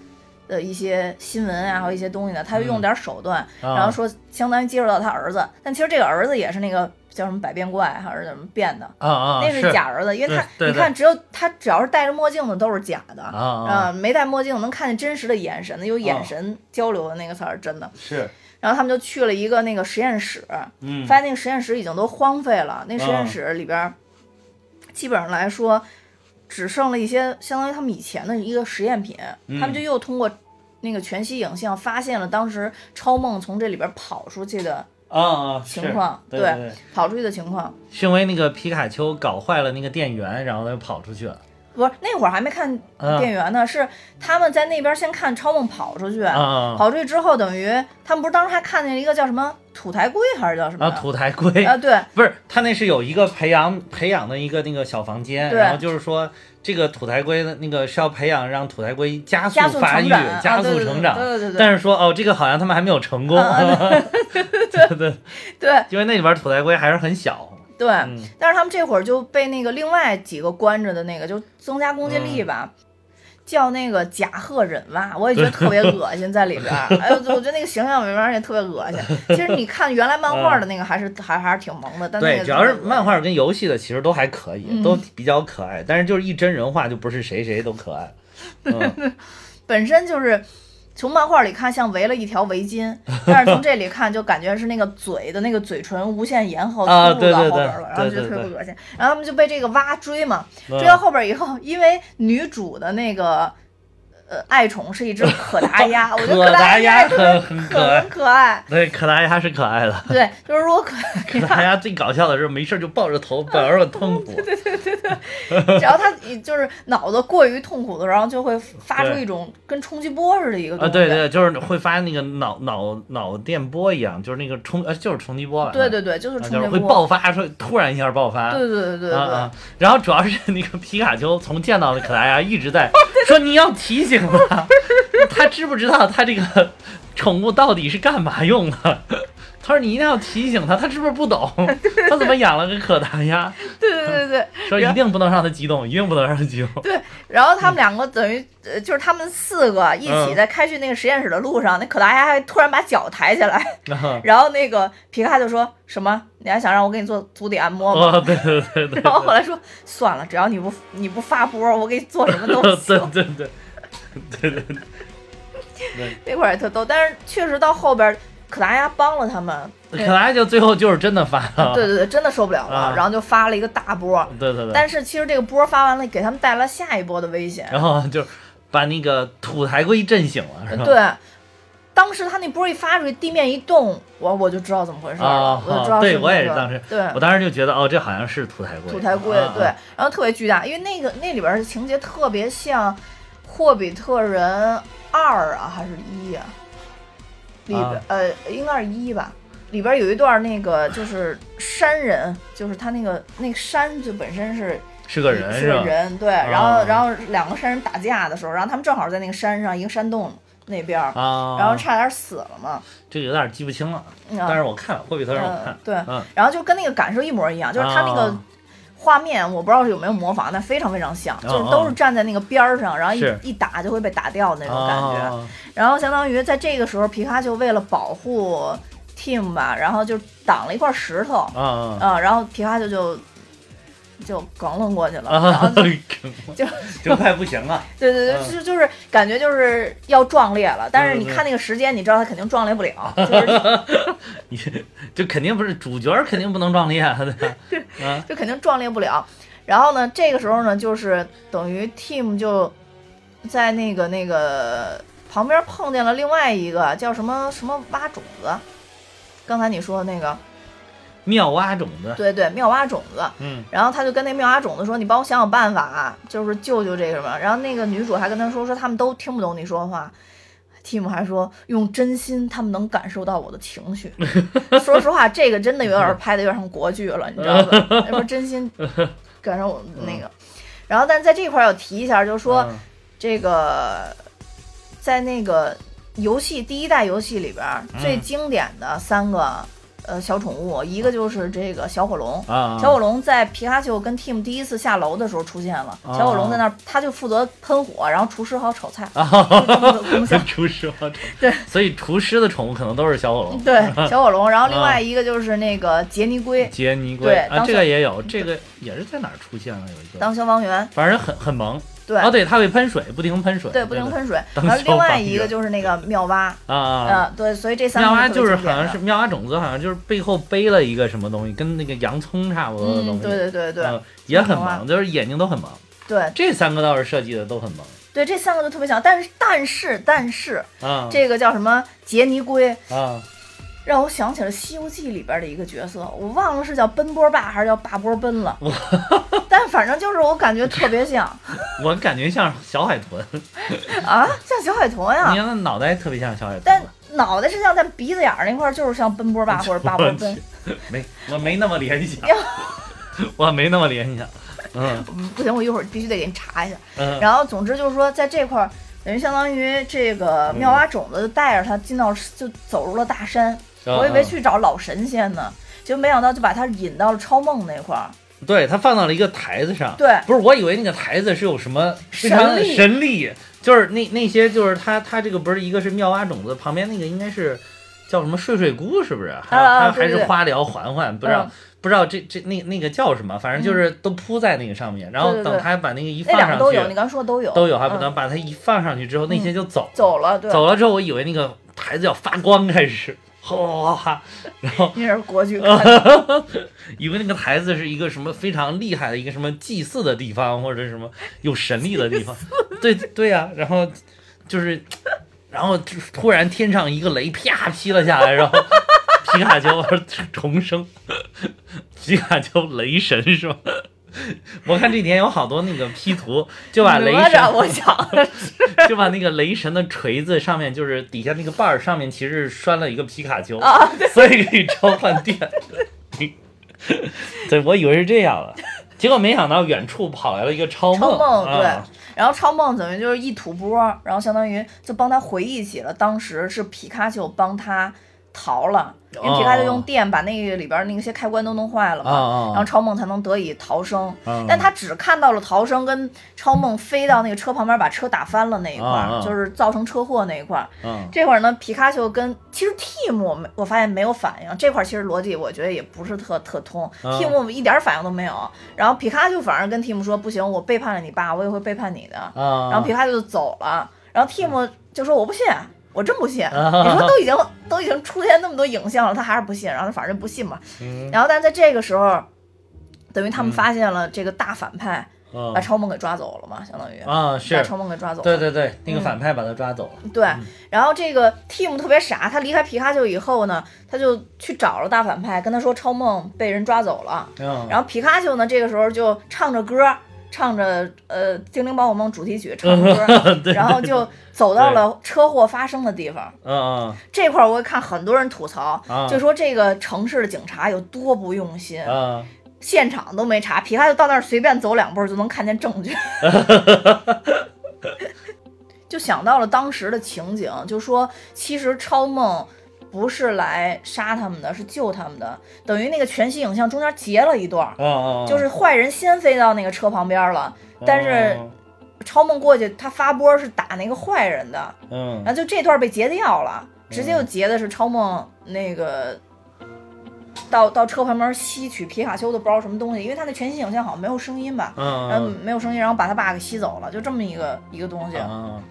B: 的一些新闻啊，还有一些东西的，他就用点手段，
C: 啊
B: 然后说相当于接触到他儿子，但其实这个儿子也是那个叫什么百变怪还是怎么变的，
C: 啊啊，
B: 那是假儿子，因为他
C: 对对
B: 你看，只有他只要是戴着墨镜的都是假的呃
C: 啊哦啊，
B: 没戴墨镜能看见真实的眼神的，有眼神交流的那个才是真的。
C: 是，
B: 然后他们就去了一个那个实验室，
C: 嗯，
B: 发现那个实验室已经都荒废了，那实验室里边儿基本上来说只剩了一些相当于他们以前的一个实验品，
C: 嗯
B: 他们就又通过。那个全息影像发现了当时超梦从这里边跑出去的
C: 啊啊
B: 情况，
C: 对对，
B: 跑出去的情况，
C: 是因为那个皮卡丘搞坏了那个电源，然后他就跑出去了。
B: 不是那会儿还没看
C: 啊
B: 电源呢，是他们在那边先看超梦跑出去，
C: 啊啊
B: 跑出去之后，等于他们不是当时还看见了一个叫什么土台龟还是叫什么
C: 啊！
B: 的？
C: 土台龟
B: 啊，对
C: 不是，他那是有一个培养培养的一个那个小房间，
B: 对
C: 然后就是说这个土台龟的那个是要培养让土台龟加
B: 加速
C: 发
B: 成
C: 育、
B: 长
C: 加
B: 啊对
C: 速
B: 对对
C: 成长。
B: 对对对对
C: 但是说哦，这个好像他们还没有成功，
B: 啊
C: 对对，
B: 对
C: 因为那里边土台龟还是很小。
B: 对、
C: 嗯
B: 但是他们这会儿就被那个另外几个关着的那个，就增加攻击力吧。
C: 嗯
B: 叫那个甲贺忍蛙，我也觉得特别恶心，在里边 儿，哎呦，我觉得那个形象里边儿也特别恶心。其实你看原来漫画的那个还是还还是挺萌的，但那
C: 对，
B: 个
C: 主要是
B: 特别恶心
C: 漫画跟游戏的其实都还可以，
B: 嗯
C: 都比较可爱，但是就是一真人化就不是谁谁都 可爱。嗯
B: 本身就是从漫画里看像围了一条围 巾，但是从这里看就感觉是那个嘴的那个嘴唇无限延后
C: 啊
B: 突入到
C: 对对
B: 后边
C: 对
B: 了，然后
C: 对
B: 就
C: 对
B: 特别
C: 对
B: 恶心。然后他们就被这个蛙追嘛，
C: 嗯
B: 追到后边以后，因为女主的那个。呃，爱宠是一只可达 鸭，我觉得
C: 可达鸭
B: 鸭真的
C: 很很
B: 很
C: 可爱
B: 可爱。
C: 对，可达鸭是可爱的，
B: 对，就是如果可
C: 可达鸭最搞笑的是没事就抱 着头表示痛苦。
B: 只要它就是脑子过于痛苦的，然后就会发出
C: 对
B: 一种跟冲击波似的一个东
C: 啊，
B: 西。
C: 对对，就是会发那个脑脑脑电波一样，就是那个冲呃就是冲击波吧。
B: 对对对就是
C: 啊，
B: 冲
C: 就是
B: 击
C: 会
B: 波。
C: 爆发出突然一下爆发。
B: 对对对对对。
C: 啊啊！然后主要是那个皮卡丘从见到的可达鸭一直在说你要提醒他， 他知不知道他这个宠物到底是干嘛用的？他说你一定要提醒他，他是不是不懂？他怎么养了个可达鸭？
B: 对对对对。
C: 说一定不能让他激动，一定不能让他激动。
B: 对，然后他们两个等于呃，就是他们四个一起
C: 嗯
B: 在开去那个实验室的路上，那可达鸭还突然把脚抬起来，
C: 然后
B: 然后那个皮卡就说什么：“你还想让我给你做足底按摩吗？”
C: 哦，对对对 对，
B: 然后后来说：“算了，只要你不你不发波，我给你做什么 都
C: 对
B: 行。
C: 对对对对对，”
B: 那块儿也特逗，但是确实到后边儿可达鸭帮了他们，
C: 可达鸭就最后就是真的发了。
B: 对对对，真的受不了了，
C: 啊
B: 然后就发了一个大波。
C: 对对对，
B: 但是其实这个波发完了，给他们带来下一波的危险。
C: 然后就把那个土台龟震醒了，是吧？
B: 对，当时他那波一发出去，地面一动，我我就知道怎么回事了，
C: 啊
B: 我就知道
C: 对
B: 是怎么
C: 我也
B: 回
C: 是
B: 事
C: 当时我
B: 对。
C: 当时就觉得哦，这好像是土台龟，
B: 土台龟
C: 啊
B: 对
C: 啊，
B: 然后特别巨大，因为那个那里边的情节特别像《霍比特人二》啊，还是一啊？里边、
C: 啊
B: 呃，应该是一吧。里边有一段那个就是山人，就是他那个那个山就本身是
C: 是个人
B: 是
C: 吧？啊
B: 人对，然后然后两个山人打架的时候，然后他们正好在那个山上一个山洞那边儿，
C: 啊，
B: 然后差点死了嘛。
C: 这个有点记不清了，
B: 嗯
C: 但是我看了《霍比特》让我
B: 嗯
C: 看，，
B: 对
C: 嗯，
B: 然后就跟那个感受一模一样，就是他那个
C: 啊
B: 画面，我不知道有没有模仿，但非常非常像，就是
C: 啊
B: 都是站在那个边儿上，然后一
C: 是
B: 一打就会被打掉的那种感觉。
C: 啊
B: 然后相当于在这个时候，皮卡丘为了保护 Team 吧，然后就挡了一块石头，
C: 啊啊
B: 啊，然后皮卡丘就就梗愣过去了，然后
C: 啊
B: 就， 就
C: 就快不行了，
B: 对对
C: 嗯
B: 对，就就是感觉就是要壮烈了，但是你
C: 对对
B: 看那个时间，你知道他肯定壮烈不了，就是
C: 你这肯定不是主角，肯定不能壮烈啊， 对吧啊
B: 就肯定壮烈不了。然后呢，这个时候呢，就是等于 team 就在那个那个旁边碰见了另外一个叫什么什么蛙种子，刚才你说的那个，
C: 妙蛙种子，
B: 对对，妙蛙种子。
C: 嗯
B: 然后他就跟那妙蛙种子说：“你帮我想想办法、啊，就是救救这个什么。”然后那个女主还跟他说：“说他们都听不懂你说话。”蒂姆还说：“用真心，他们能感受到我的情绪。” 说实话，这个真的有点拍的有点像国剧了，你知道吧？那不是真心感受我那个。然后，但在这块儿要提一下，就是说、
C: 嗯
B: 这个在那个游戏第一代游戏里边儿、最经典的三个呃小宠物，一个就是这个小火龙。
C: 啊，
B: 小火龙在皮卡丘跟 Team 第一次下楼的时候出现了。
C: 啊
B: 小火龙在那儿，他就负责喷火，然后厨师还有炒 菜，
C: 啊，
B: 这么个功效
C: 厨师啊，
B: 对，
C: 所以厨师的宠物可能都是小火龙，
B: 对，小火龙。然后另外一个就是那个杰尼龟，
C: 杰尼龟
B: 对
C: 啊，
B: 当
C: 这
B: 时嗯
C: 个也有，这个也是在哪儿出现了有一个，
B: 当消防员。
C: 反正很很萌
B: 对
C: 啊，对，它会喷水，不停喷水，
B: 对，不停喷水。
C: 当
B: 然后另
C: 消
B: 外
C: 防
B: 一个
C: 员
B: 就是那个妙蛙，
C: 啊啊。啊
B: 嗯，对，所以这三个
C: 妙蛙
B: 特别
C: 就
B: 经
C: 是好
B: 典
C: 像
B: 的
C: 是妙蛙种子，好像就是背后背了一个什么东西，跟那个洋葱差不多的东
B: 嗯，
C: 西。
B: 对对对对
C: 嗯也很
B: 洋葱啊
C: 萌，就是眼睛都很萌。
B: 对
C: 这三个倒是设计的都很萌
B: 对，这三个都特别像。但是但是但是，
C: 啊。
B: 这个叫什么杰尼龟，
C: 啊
B: 让我想起了《西游记》里边的一个角色，我忘了是叫奔波霸还是叫霸波奔了，但反正就是我感觉特别 像
C: 我感觉像小海豚，你
B: 啊，像小海豚呀、
C: 看它脑袋特别像小海豚
B: 但
C: 吧。
B: 脑袋是像，但鼻子眼儿那块儿就是像奔波霸或者霸波奔，
C: 没，我没那么联想， 我没那么联想。嗯
B: 嗯不行，我一会儿必须得给你查一下。
C: 嗯
B: 然后总之就是说，在这块儿，等于相当于这
C: 嗯
B: 个妙蛙种子就带着他进到就走入了大山，
C: 嗯
B: 我以为
C: 嗯
B: 去找老神仙呢，结果没想到就把他引到了超梦那块儿。
C: 对，它放到了一个台子上。
B: 对
C: 不是，我以为那个台子是有什么非常
B: 神力
C: 神力，就是那那些就是它它这个不是一个是妙蛙种子，旁边那个应该是叫什么睡睡姑，是不是？还有
B: 啊
C: 它
B: 对
C: 还
B: 对
C: 是
B: 对
C: 花疗环环，不知道
B: 嗯
C: 不知道这这那那个叫什么，反正就是都铺在那个上面，然后
B: 对对
C: 等
B: 对
C: 它把那个一
B: 那
C: 放
B: 两
C: 上
B: 个都有，你
C: 去，
B: 刚说的都有，
C: 都有还不
B: 嗯
C: 能把它一放上去之后，那些就走
B: 走了，对，
C: 走了之后，我以为那个台子要发光开始。哗哗哗，然后
B: 那是国剧
C: 啊
B: 看的，
C: 以为那个台子是一个什么非常厉害的一个什么祭祀的地方，或者什么有神力的地方。对对呀、然后就是，然后就突然天上一个雷啪劈了下来，然后皮卡丘 重生，皮卡丘雷神是吧？ 我看这几天有好多那个 P 图，就把雷
B: 哪
C: 神
B: 吒，我想的是，
C: 就把那个雷神的锤子上面，就是底下那个把儿上面，其实是拴了一个皮卡丘，
B: 啊
C: 所以可以召唤电。对，我以为是这样了，结果没想到远处跑来了一个超
B: 超
C: 梦，
B: 梦对
C: 啊、
B: 然后超梦等于就是一吐波，然后相当于就帮他回忆起了当时是皮卡丘帮他逃了，因为皮卡丘用电把那个里边那些开关都弄坏了嘛，
C: 啊啊
B: 然后超梦才能得以逃生。
C: 啊
B: 但他只看到了逃生跟超梦飞到那个车旁边把车打翻了那一块儿，
C: 啊啊
B: 就是造成车祸那一块儿。
C: 嗯
B: 这会儿呢，皮卡丘跟其实 Team 我没我发现没有反应，这块儿其实逻辑我觉得也不是特特通、
C: 嗯
B: t e a m 我们一点反应都没有。然后皮卡丘反而跟 Team 说不行，我背叛了你爸，我也会背叛你的。
C: 啊，
B: 然后皮卡丘就走了，然后 Team 就说我不信，我真不 信。
C: 啊
B: 你说都已经都已经出现那么多影像了，他还是不信，然后他反正不信嘛。
C: 嗯
B: 然后但在这个时候，等于他们发现了这个大反派
C: 嗯
B: 把超梦给抓走了嘛，相当于
C: 啊
B: 把
C: 是，
B: 超梦给抓走了。
C: 对对对，那个反派把他抓走了，
B: 对，然后这个 Team 特别傻，他离开皮卡丘以后呢，他就去找了大反派，跟他说超梦被人抓走了。
C: 嗯，
B: 然后皮卡丘呢，这个时候就唱着歌，唱着呃《精灵宝可梦》主题曲，唱着歌，
C: 对
B: 然后就走到了车祸发生的地方。
C: 嗯
B: 这块儿我看很多人吐槽，
C: 啊
B: 就说这个城市的警察有多不用心，
C: 嗯嗯，
B: 现场都没查，皮卡丘到那儿随便走两步就能看见证据，就想到了当时的情景，就说其实超梦不是来杀他们的，是救他们的，等于那个全息影像中间截了一段儿，
C: 啊啊，啊
B: 就是坏人先飞到那个车旁边了，但是超梦过去，他发波是打那个坏人的，
C: 嗯
B: 然后就这段被截掉了，直接就截的是超梦那个到到车旁边吸取皮卡丘的不知道什么东西，因为他那全息影像好像没有声音吧，然后
C: 嗯
B: 没有声音，然后把他爸给吸走了，就这么一个一个东西
C: 嗯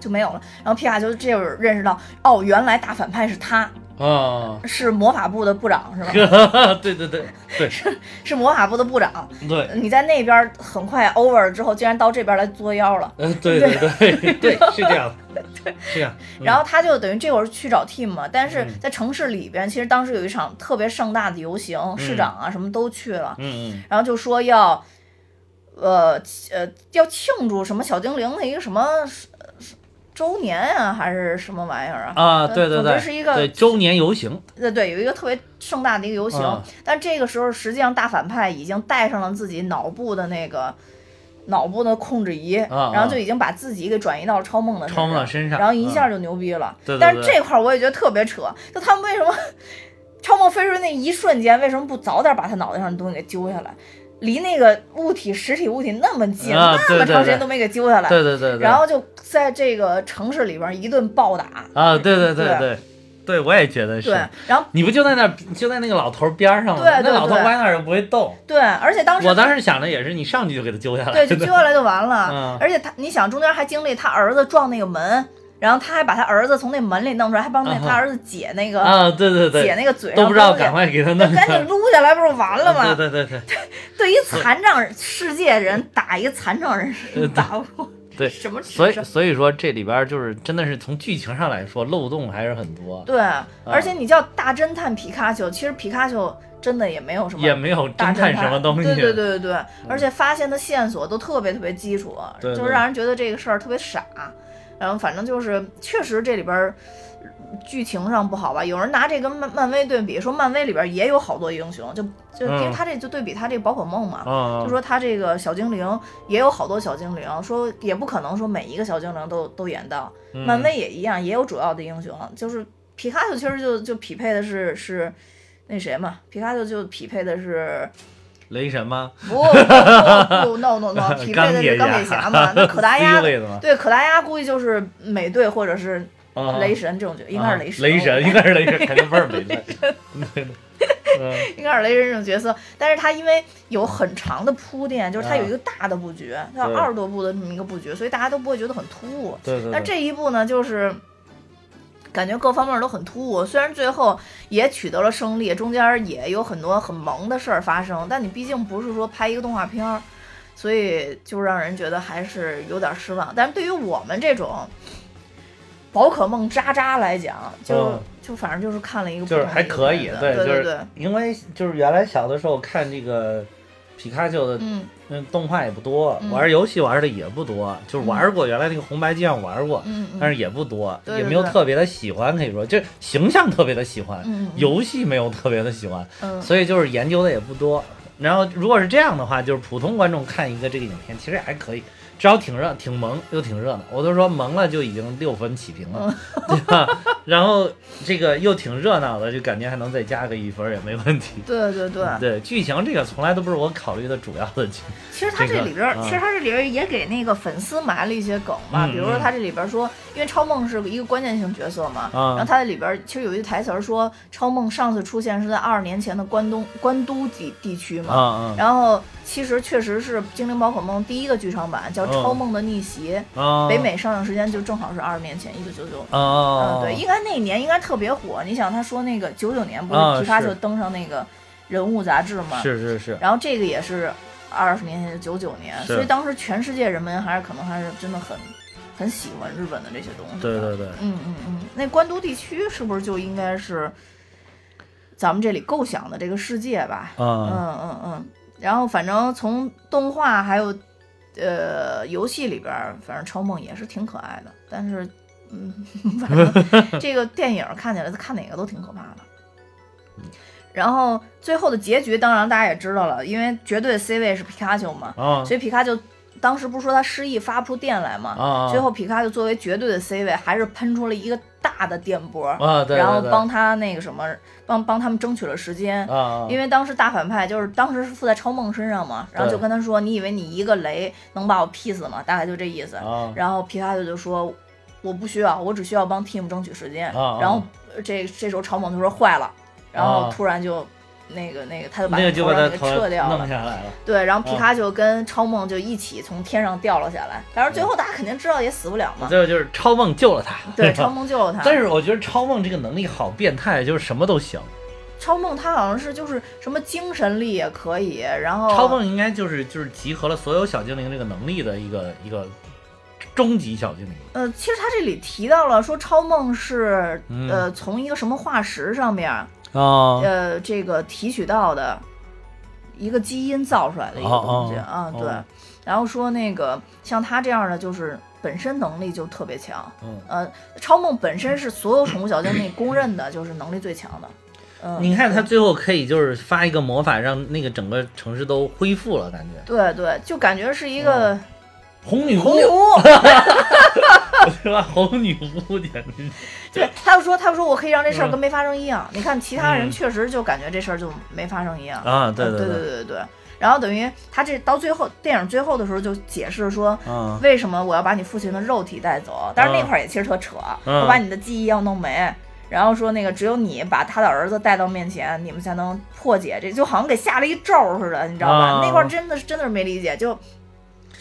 B: 就没有了。然后皮卡丘这会儿认识到，哦，原来大反派是他，
C: 啊
B: 是魔法部的部长是吧？
C: 啊，对对对对
B: 是魔法部的部长。
C: 对，
B: 你在那边很快 over 了之后，竟然到这边来作妖了。
C: 嗯对对 对对，是这样的，是这样，嗯
B: 然后他就等于这会儿去找 team 嘛，但是在城市里边，其实当时有一场特别盛大的游行，市长啊什么都去了，
C: 嗯嗯
B: 然后就说要，呃呃要庆祝什么小精灵的一个什么呃周年啊，还是什么玩意儿啊？
C: 啊，对对
B: 总
C: 对，
B: 之是一个
C: 对周年游行，
B: 呃，对，有一个特别盛大的一个游行，
C: 嗯
B: 但这个时候实际上大反派已经带上了自己脑部的那个脑部的控制仪，
C: 啊
B: 然后就已经把自己给转移到了超梦的身
C: 超梦的身上
B: 然后一下就牛逼了。
C: 嗯对对
B: 但是
C: 对
B: 这块儿我也觉得特别扯，就他们为什么超梦飞出那一瞬间，为什么不早点把他脑袋上的东西给揪下来？离那个物体实体物体那么近，
C: 啊对
B: 那么
C: 对
B: 长时
C: 对
B: 间都没给揪下来，
C: 对对对对，
B: 然后就在这个城市里边一顿暴打。
C: 啊，对对对
B: 对
C: 对对，我也觉得是
B: 对，，然后
C: 你不就在那儿就在那个老头儿边儿上吗？
B: 对对
C: 那老头儿
B: 对
C: 歪那儿又不会动。
B: 对，而且当时
C: 我当时想着也是，你上去就给他揪下来，
B: 对，就揪
C: 真的
B: 下来就完了。
C: 嗯
B: 而且他，你想中间还经历他儿子撞那个门，然后他还把他儿子从那门里弄出来，还帮那
C: 啊哈
B: 他儿子解那个、
C: 啊，对对
B: 解
C: 对，
B: 那个嘴上
C: 都不知道，
B: 东西
C: 赶快给他弄
B: 赶紧撸下来，不是完了吗？
C: 对对对对
B: 对于残障人世界人打一个残障人是打不过，
C: 呃对，
B: 什么智
C: 所以
B: 商
C: 所以说这里边儿就是真的是从剧情上来说漏洞还是很多，
B: 对，而且你叫大侦探皮卡丘，其实皮卡丘真的也没有什么
C: 也没有
B: 大
C: 侦探什么东西，嗯
B: 对对对对对，而且发现的线索都特别特别基础，
C: 对对
B: 就是让人觉得这个事儿特别傻。然后反正就是，确实这里边儿呃剧情上不好吧？有人拿这跟漫漫威对比，说漫威里边也有好多英雄，就就因为
C: 嗯
B: 他这就对比他这个宝可梦嘛。
C: 嗯，
B: 就说他这个小精灵也有好多小精灵，说也不可能说每一个小精灵都都演到，
C: 嗯
B: 漫威也一样，也有主要的英雄，就是皮卡丘其实就就匹配的是是那谁嘛，皮卡丘就匹配的 是
C: 雷神吗？
B: 不不不 no no no，匹配的是钢
C: 钢
B: 铁
C: 铁
B: 侠
C: 侠
B: 嘛，那可达鸭
C: C 位的吗？
B: 对可达鸭估计就是美队或者是
C: 啊
B: 雷神这种角，应该是雷神，
C: 啊雷神应该是雷 神，肯定不是雷神， 对对嗯
B: 应该是雷神这种角色，但是他因为有很长的铺垫，就是他
C: 啊
B: 有一个大的布局，他有
C: 对
B: 二十多部的这么一个布局，所以大家都不会觉得很突兀。
C: 对对，
B: 但
C: 对
B: 这一部呢，就是感觉各方面都很突兀。虽然最后也取得了胜利，中间也有很多很萌的事儿发生，但你毕竟不是说拍一个动画片儿，所以就让人觉得还是有点失望。但是对于我们这种宝可梦渣渣来讲，就、
C: 嗯
B: 就反正就是看了一个
C: 就是
B: 不同的
C: 还可
B: 意，
C: 以
B: 见
C: 对，
B: 对
C: 就是
B: 对，
C: 因为就是原来小的时候看这个皮卡丘的
B: 嗯
C: 嗯动画也不多，
B: 嗯
C: 玩游戏玩的也不多，就是玩过原来那个红白机上玩过，
B: 嗯嗯
C: 但是也不多，
B: 对对
C: 也没有
B: 对
C: 特别的喜欢，可以说就是形象特别的喜欢，
B: 嗯嗯
C: 游戏没有特别的喜欢，
B: 嗯，
C: 所以就是研究的也不多。然后如果是这样的话，就是普通观众看一个这个影片，其实也还可以，至少挺热、挺萌又挺热闹。我都说萌了就已经六分起评了，
B: 嗯
C: 对吧？ 然后这个又挺热闹的，就感觉还能再加个一分也没问题。
B: 对对对。
C: 对剧情这个从来都不是我考虑的主要的剧。
B: 其实它这里边儿，
C: 这个啊
B: 其实它这里边儿也给那个粉丝埋了一些梗吧，
C: 嗯
B: 比如说它这里边儿说，因为超梦是一个关键性角色嘛，
C: 啊
B: 然后它这里边儿其实有一句台词儿说，超梦上次出现是在二十年前的关东关都地地区嘛，
C: 啊
B: 然后其实确实是《精灵宝可梦》第一个剧场版叫《
C: 嗯
B: 超梦的逆袭》，
C: 啊啊！
B: 北美上映时间就正好是二十年前，一九九九。
C: 啊
B: 嗯，，对，应该那一年应该特别火。你想，他说那个九九年不
C: 啊
B: 是皮卡
C: 是
B: 丘登上那个人物杂志吗？
C: 是是是，
B: 然后这个也是二十年前，九九年，
C: 是
B: 所以当时全世界人们还是可能还是真的很很喜欢日本的这些东西。
C: 对对对。
B: 嗯嗯嗯，那关东地区是不是就应该是咱们这里构想的这个世界吧？嗯
C: 啊，
B: 嗯嗯。然后反正从动画还有呃游戏里边儿，反正超梦也是挺可爱的，但是嗯， 反正这个电影看起来看哪个都挺可怕的。然后最后的结局，当然大家也知道了，因为绝对 C 位是皮卡丘嘛，
C: 啊，
B: 所以皮卡丘当时不是说他失忆发不出电来嘛，
C: 啊
B: 最后皮卡就作为绝对的 C 位，还是喷出了一个大的电波，
C: 啊，对对对，
B: 然后帮他那个什么，帮帮他们争取了时间。
C: 啊啊，
B: 因为当时大反派就是当时是附在超梦身上嘛，然后就
C: 对
B: 跟他说：“你以为你一个雷能把我劈死吗？”大概就这意思。
C: 啊
B: 然后皮卡丘就说：“我不需要，我只需要帮 team 争取时间。
C: 啊啊
B: 然后呃这这时候超猛就说：“坏了！”然后
C: 啊
B: 突然就、那个那个，他就把
C: 那个就
B: 头
C: 把
B: 上
C: 他
B: 那个
C: 头
B: 撤掉
C: 弄
B: 了。
C: 下啊来了，
B: 对，然后皮卡丘跟超梦就一起从天上掉了下来。当然最后大家肯定知道也死不了嘛。
C: 最后就是超梦救了他，
B: 对，超梦救了他。
C: 但是我觉得超梦这个能力好变态，就是什么都行。
B: 超梦他好像是就是什么精神力也可以，然后
C: 超梦应该就是就是集合了所有小精灵这个能力的一个一个终极小精灵。
B: 呃，其实他这里提到了说超梦是、
C: 嗯
B: 呃从一个什么化石上面
C: 哦
B: 呃这个提取到的一个基因造出来的一个东西、
C: 哦哦
B: 啊，对。
C: 哦
B: 然后说那个像他这样的就是本身能力就特别强，
C: 嗯
B: 呃，超梦本身是所有宠物小精灵里公认的就是能力最强的，嗯，
C: 你看他最后可以就是发一个魔法，让那个整个城市都恢复了，感觉
B: 对对，就感觉是一个
C: 哦红女
B: 红女
C: 巫，
B: 巫。
C: 对吧？红女巫简直是，
B: 对，他就说，他说我可以让这事儿
C: 嗯
B: 跟没发生一样。你看其他人
C: 嗯
B: 确实就感觉这事儿就没发生一样
C: 啊对
B: 呃
C: 对
B: 对
C: 对
B: 对对对然后等于他这到最后电影最后的时候就解释说，
C: 嗯
B: 为什么我要把你父亲的肉体带走？但是那
C: 嗯
B: 块儿也其实特扯，
C: 嗯
B: 我把你的记忆要弄没。然后说那个只有你把他的儿子带到面前，你们才能破解这，就好像给下了一咒儿似的，你知道吧？
C: 啊
B: 那块儿真的是真的是没理解，就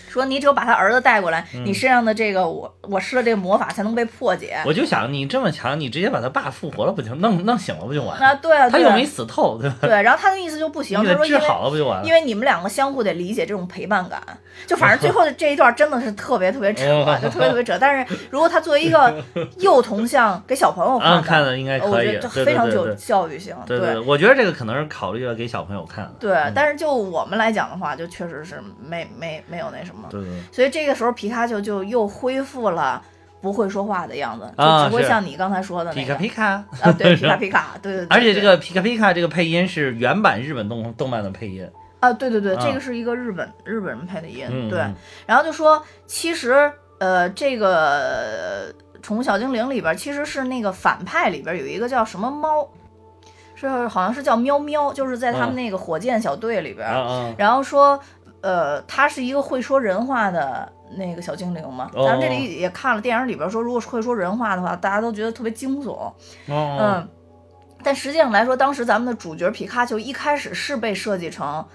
B: 说你只有把他儿子带过来，
C: 嗯
B: 你身上的这个我我施的这个魔法才能被破解。
C: 我就想你这么强，你直接把他爸复活了不就弄弄醒了不就完
B: 啊，
C: 了？
B: 对啊，
C: 他
B: 对
C: 又
B: 啊
C: 没死透，对吧？
B: 对，然后他的意思就不行，
C: 你
B: 他
C: 给
B: 说
C: 他
B: 因
C: 治
B: 为
C: 好了不就完了？
B: 因为你们两个相互得理解这种陪伴感，就反正最后的这一段真的是特别特别扯，就特别特别扯。但是如果他作为一 个幼童像给小朋友看
C: 啊，看
B: 的，
C: 了应该
B: 呃我
C: 可
B: 觉
C: 以，
B: 得这
C: 对
B: 非常
C: 对对
B: 有
C: 对
B: 教育性，
C: 对对，我觉嗯得这个可能是考虑了给小朋友看的。
B: 对。但是就我们来讲的话，就确实是没没没有那什么，
C: 对对，对
B: 所以这个时候皮卡丘就又恢复了不会说话的样子，就
C: 啊
B: 只会
C: 是
B: 像你刚才说的
C: 皮
B: 那
C: 卡
B: 个
C: 皮卡，
B: 啊， 对皮卡皮卡，对对对，
C: 而且这
B: 对
C: 个皮卡皮卡这个配音是原版日本动动漫的配音，
B: 啊，对对对，
C: 啊
B: 这个是一个日本日本人配的音，
C: 嗯
B: 对
C: 嗯。
B: 然后就说，其实呃，这个呃宠物小精灵里边其实是那个反派里边有一个叫什么猫，是好像是叫喵喵，就是在他们
C: 嗯
B: 那个火箭小队里边，
C: 啊啊，
B: 然后说。呃，他是一个会说人话的那个小精灵嘛，
C: 哦
B: 咱们这里也看了电影里边说，如果是会说人话的话，大家都觉得特别惊悚，
C: 哦，
B: 嗯，但实际上来说，当时咱们的主角皮卡丘一开始是被设计成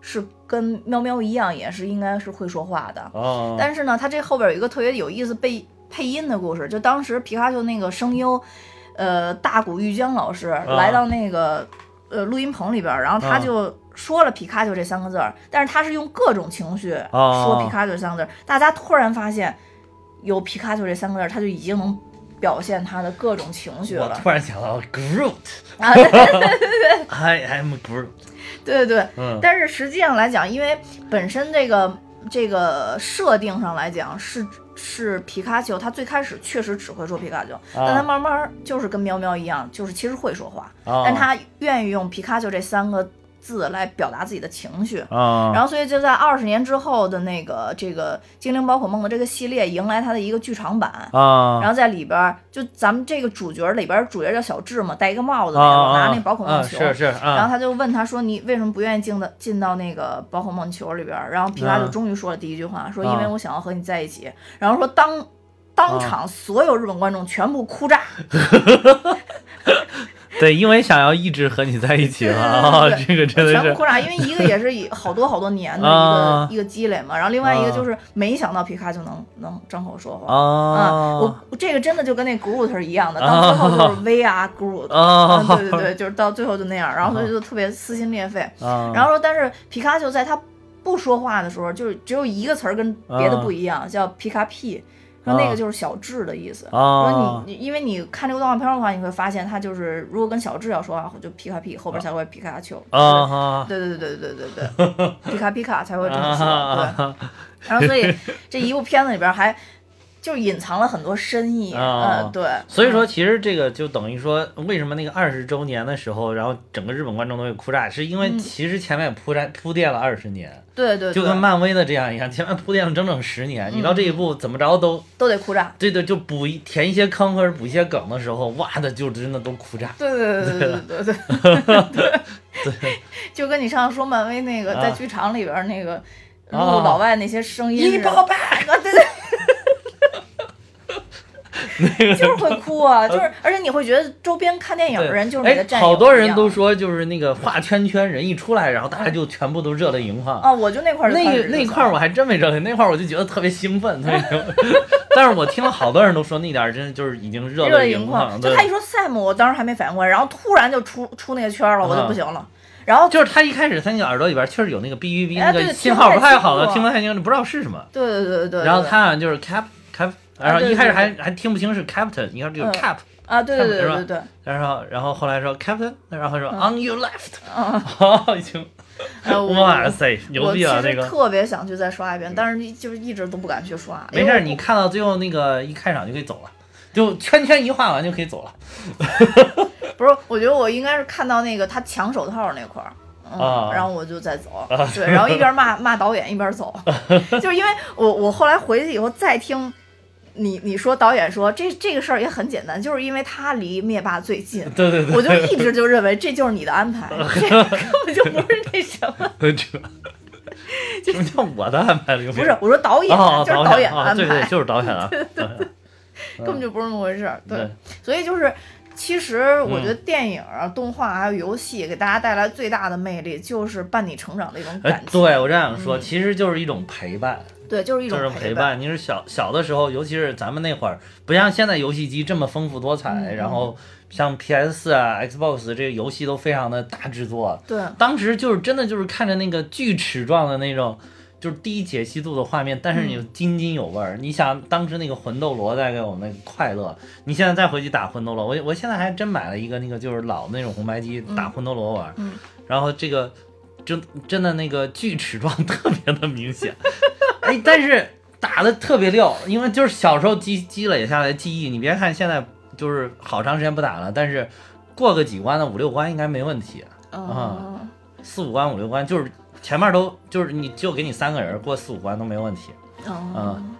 B: 是跟喵喵一样，也是应该是会说话的。
C: 哦，
B: 嗯但是呢，它这后边有一个特别有意思被配音的故事，就当时皮卡丘那个声优，呃，大谷玉江老师来到那个、呃录音棚里边，然后他
C: 啊
B: 就。说了皮卡丘这三个字儿，但是他是用各种情绪
C: 哦
B: 说皮卡丘三个字儿，大家突然发现有皮卡丘这三个字儿，他就已经能表现他的各种情绪
C: 我
B: 了。
C: 突然想到 Groot，I
B: 啊，对
C: am Groot，
B: 对对，
C: 嗯，
B: 但是实际上来讲，因为本身这个这个设定上来讲是是皮卡丘，它最开始确实只会说皮卡丘，但它慢慢儿就是跟喵喵一样，就是其实会说话，
C: 啊
B: 但它愿意用皮卡丘这三个字来表达自己的情绪。
C: 啊，
B: 然后，所以就在二十年之后的那个这个《精灵宝可梦》的这个系列迎来它的一个剧场版，
C: 啊，
B: 然后在里边儿就咱们这个主角里边儿主角叫小智嘛，戴一个帽子那个，拿那宝可梦球，
C: 是是
B: 然后
C: 啊，
B: 他就问他说：“你为什么不愿意进到进到那个宝可梦球里边儿？”然后皮卡丘
C: 嗯
B: 终于说了第一句话，说：“
C: 啊
B: 因为我想要和你在一起。”然后说当当场所有日本观众全部哭炸，
C: 对，因为想要一直和你在一起嘛，啊，
B: 对
C: 这个真的
B: 全部
C: 是
B: 哭炸，因为一个也是以好多好多年的一个
C: 啊
B: 一个积累嘛，然后另外一个
C: 啊
B: 就是没想到皮卡丘能能张口说话。啊，我
C: 啊，
B: 我这个真的就跟那 Groot 是一样的，到最后就是 VR Groot，
C: 啊
B: 嗯对对对，就是到最后就那样，然后所以就特别撕心裂肺。
C: 啊，
B: 然后说，但是皮卡丘在他不说话的时候，就是只有一个词儿跟别的不一
C: 嗯
B: 样，叫皮卡屁，说那个就是小智的意思。
C: 啊
B: 说你你因为你看这个动画片的话，你会发现他就是如果跟小智要说话，就皮卡屁，后边才会皮卡丘。
C: 啊哈，
B: 对对对对对对对， 皮卡皮卡才会这么
C: 啊
B: 说。对，
C: 哈，
B: 然后所以这一部片子里边还就是隐藏了很多深 意。
C: 啊
B: 嗯，对，
C: 所以说，其实这个就等于说，为什么那个二十周年的时候，然后整个日本观众都会哭炸，是因为其实前面也铺展铺垫了二十年，
B: 对对对，
C: 就跟漫威的这样一样，前面铺垫了整整十年，你到这一步怎么着都
B: 都得哭炸。
C: 对对，就补一填一些坑或者补一些梗的时候，哇的就真的都哭炸。
B: 对对对对对对对 就跟你上次说漫威那个
C: 啊
B: 在剧场里边那个录
C: 啊
B: 老外那些声音
C: 一
B: 似的，
C: 包半，
B: 啊，对对。就是会哭 啊，就是，而且你会觉得周边看电影的人就是你的
C: 哎，
B: 战友一样。
C: 好多人都说就是那个画圈圈人一出来，然后大家就全部都热泪盈眶。
B: 啊，我就那块儿就开
C: 那
B: 始
C: 那块儿我还真没热泪，那块儿我就觉得特别兴奋，特别兴奋。 但是我听了好多人都说那点儿真的就是已经热
B: 热泪
C: 泪
B: 盈
C: 眶了，
B: 眶。就
C: 对
B: 他一说 Sam，我当时还没反应过来，然后突然就出出那个圈儿了，我就不行了。然后
C: 就是他一开始他那个耳朵里边确实有那个哔哔哔
B: 哎
C: 那
B: 对
C: 个信号
B: 听不太
C: 不太好
B: 清
C: 了，
B: 楚
C: 听不太清，楚，不知道是什么。
B: 对对对对对，啊
C: 然后他好像就是 cap cap，然后
B: 对
C: 一开始
B: 对
C: 还还听不清是 captain，你看这个
B: 嗯
C: cap，
B: 啊，对对对
C: 是吧
B: 对 对对，
C: 然后然后后来说 captain，然后说 on your left，
B: 嗯，
C: 哦，已经
B: 哎我
C: 哇塞，牛
B: 我其
C: 逼了那
B: 实
C: 个。
B: 特别想去再刷一遍，但是就是一直都不敢去刷。
C: 没
B: 因
C: 事
B: 为
C: 儿，
B: 我
C: 你看到最后那个一开场就可以走了，就圈圈一画完就可以走了。
B: 不是，我觉得我应该是看到那个他抢手套那块儿。嗯
C: 啊，
B: 然后我就再走，对，然后一边骂骂导演一边 走，就是因为我我后来回去以后再听你你说导演说这这个事儿也很简单，就是因为他离灭霸最近，
C: 对对对，
B: 我就一直就认为这就是你的安 排，这根本就不是那什么，
C: 这什么叫我的安排了？有没
B: 不
C: 有
B: 是我说导演
C: 哦，
B: 就是
C: 导
B: 演的
C: 啊
B: 安
C: 对对，
B: 排，
C: 就是嗯导 演啊，
B: 根本就不是那么回事儿，对
C: 对，
B: 所以就是，其实我觉得
C: 嗯
B: 电影啊、动画还有游戏给大家带来最大的魅力，就是伴你成长的一种
C: 哎
B: 感，情。
C: 对我这样说，其实就是一种陪伴，
B: 对就是一
C: 就
B: 种
C: 是
B: 陪
C: 陪。伴。你是小小的时候，尤其是咱们那会儿，不像现在游戏机这么丰富多
B: 嗯
C: 彩，然后像 PS 啊、Xbox 这个游戏都非常的大制作，
B: 对，
C: 当时就是真的就是看着那个锯齿状的那种，就是低解析度的画面，但是你津津有味儿。你想当时那个魂斗罗带给我们的快乐，你现在再回去打魂斗罗，我我现在还真买了一个那个就是老那种红白机打魂斗罗玩儿，
B: 嗯
C: 然后这个真真的那个锯齿状特别的明显， 哎，但是打的特别溜，因为就是小时候积积累下来记忆，你别看现在就是好长时间不打了，但是过个几关的五六关应该没问题。啊
B: 嗯，
C: 四五关五六关，就是前面都就是你就给你三个人过四五关都没问题。啊
B: 嗯，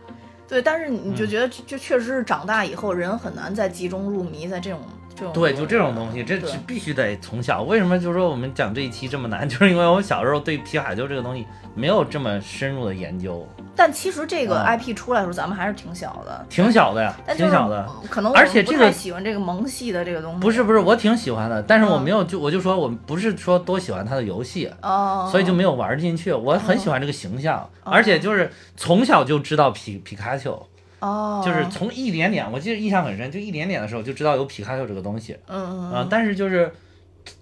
B: 对，但是你
C: 嗯
B: 就觉得这确实是长大以后人很难再集中入迷在这种这种
C: 对，就这种东西，这
B: 对
C: 是必须得从小。为什么就是说我们讲这一期这么难， 就是因为我们小时候对皮卡丘这个东西没有这么深入的研究，
B: 但其实这个
C: 嗯
B: IP 出来的时候，咱们还是挺小的，
C: 挺小的呀，
B: 但就
C: 挺
B: 是
C: 小的。
B: 可能
C: 而且
B: 我们
C: 这
B: 不太
C: 个
B: 喜欢这个萌系的这个东西，
C: 不是不是，我挺喜欢的，但是我
B: 嗯
C: 没有就我就说我不是说多喜欢它的游戏，
B: 哦，
C: 所以就没有玩进去。我很喜欢这个形象，而且就是从小就知道皮皮卡丘，
B: 哦，
C: 就是从一点点，我记得印象很深，就一点点的时候就知道有皮卡丘这个东西。
B: 嗯嗯
C: 啊、但是就是，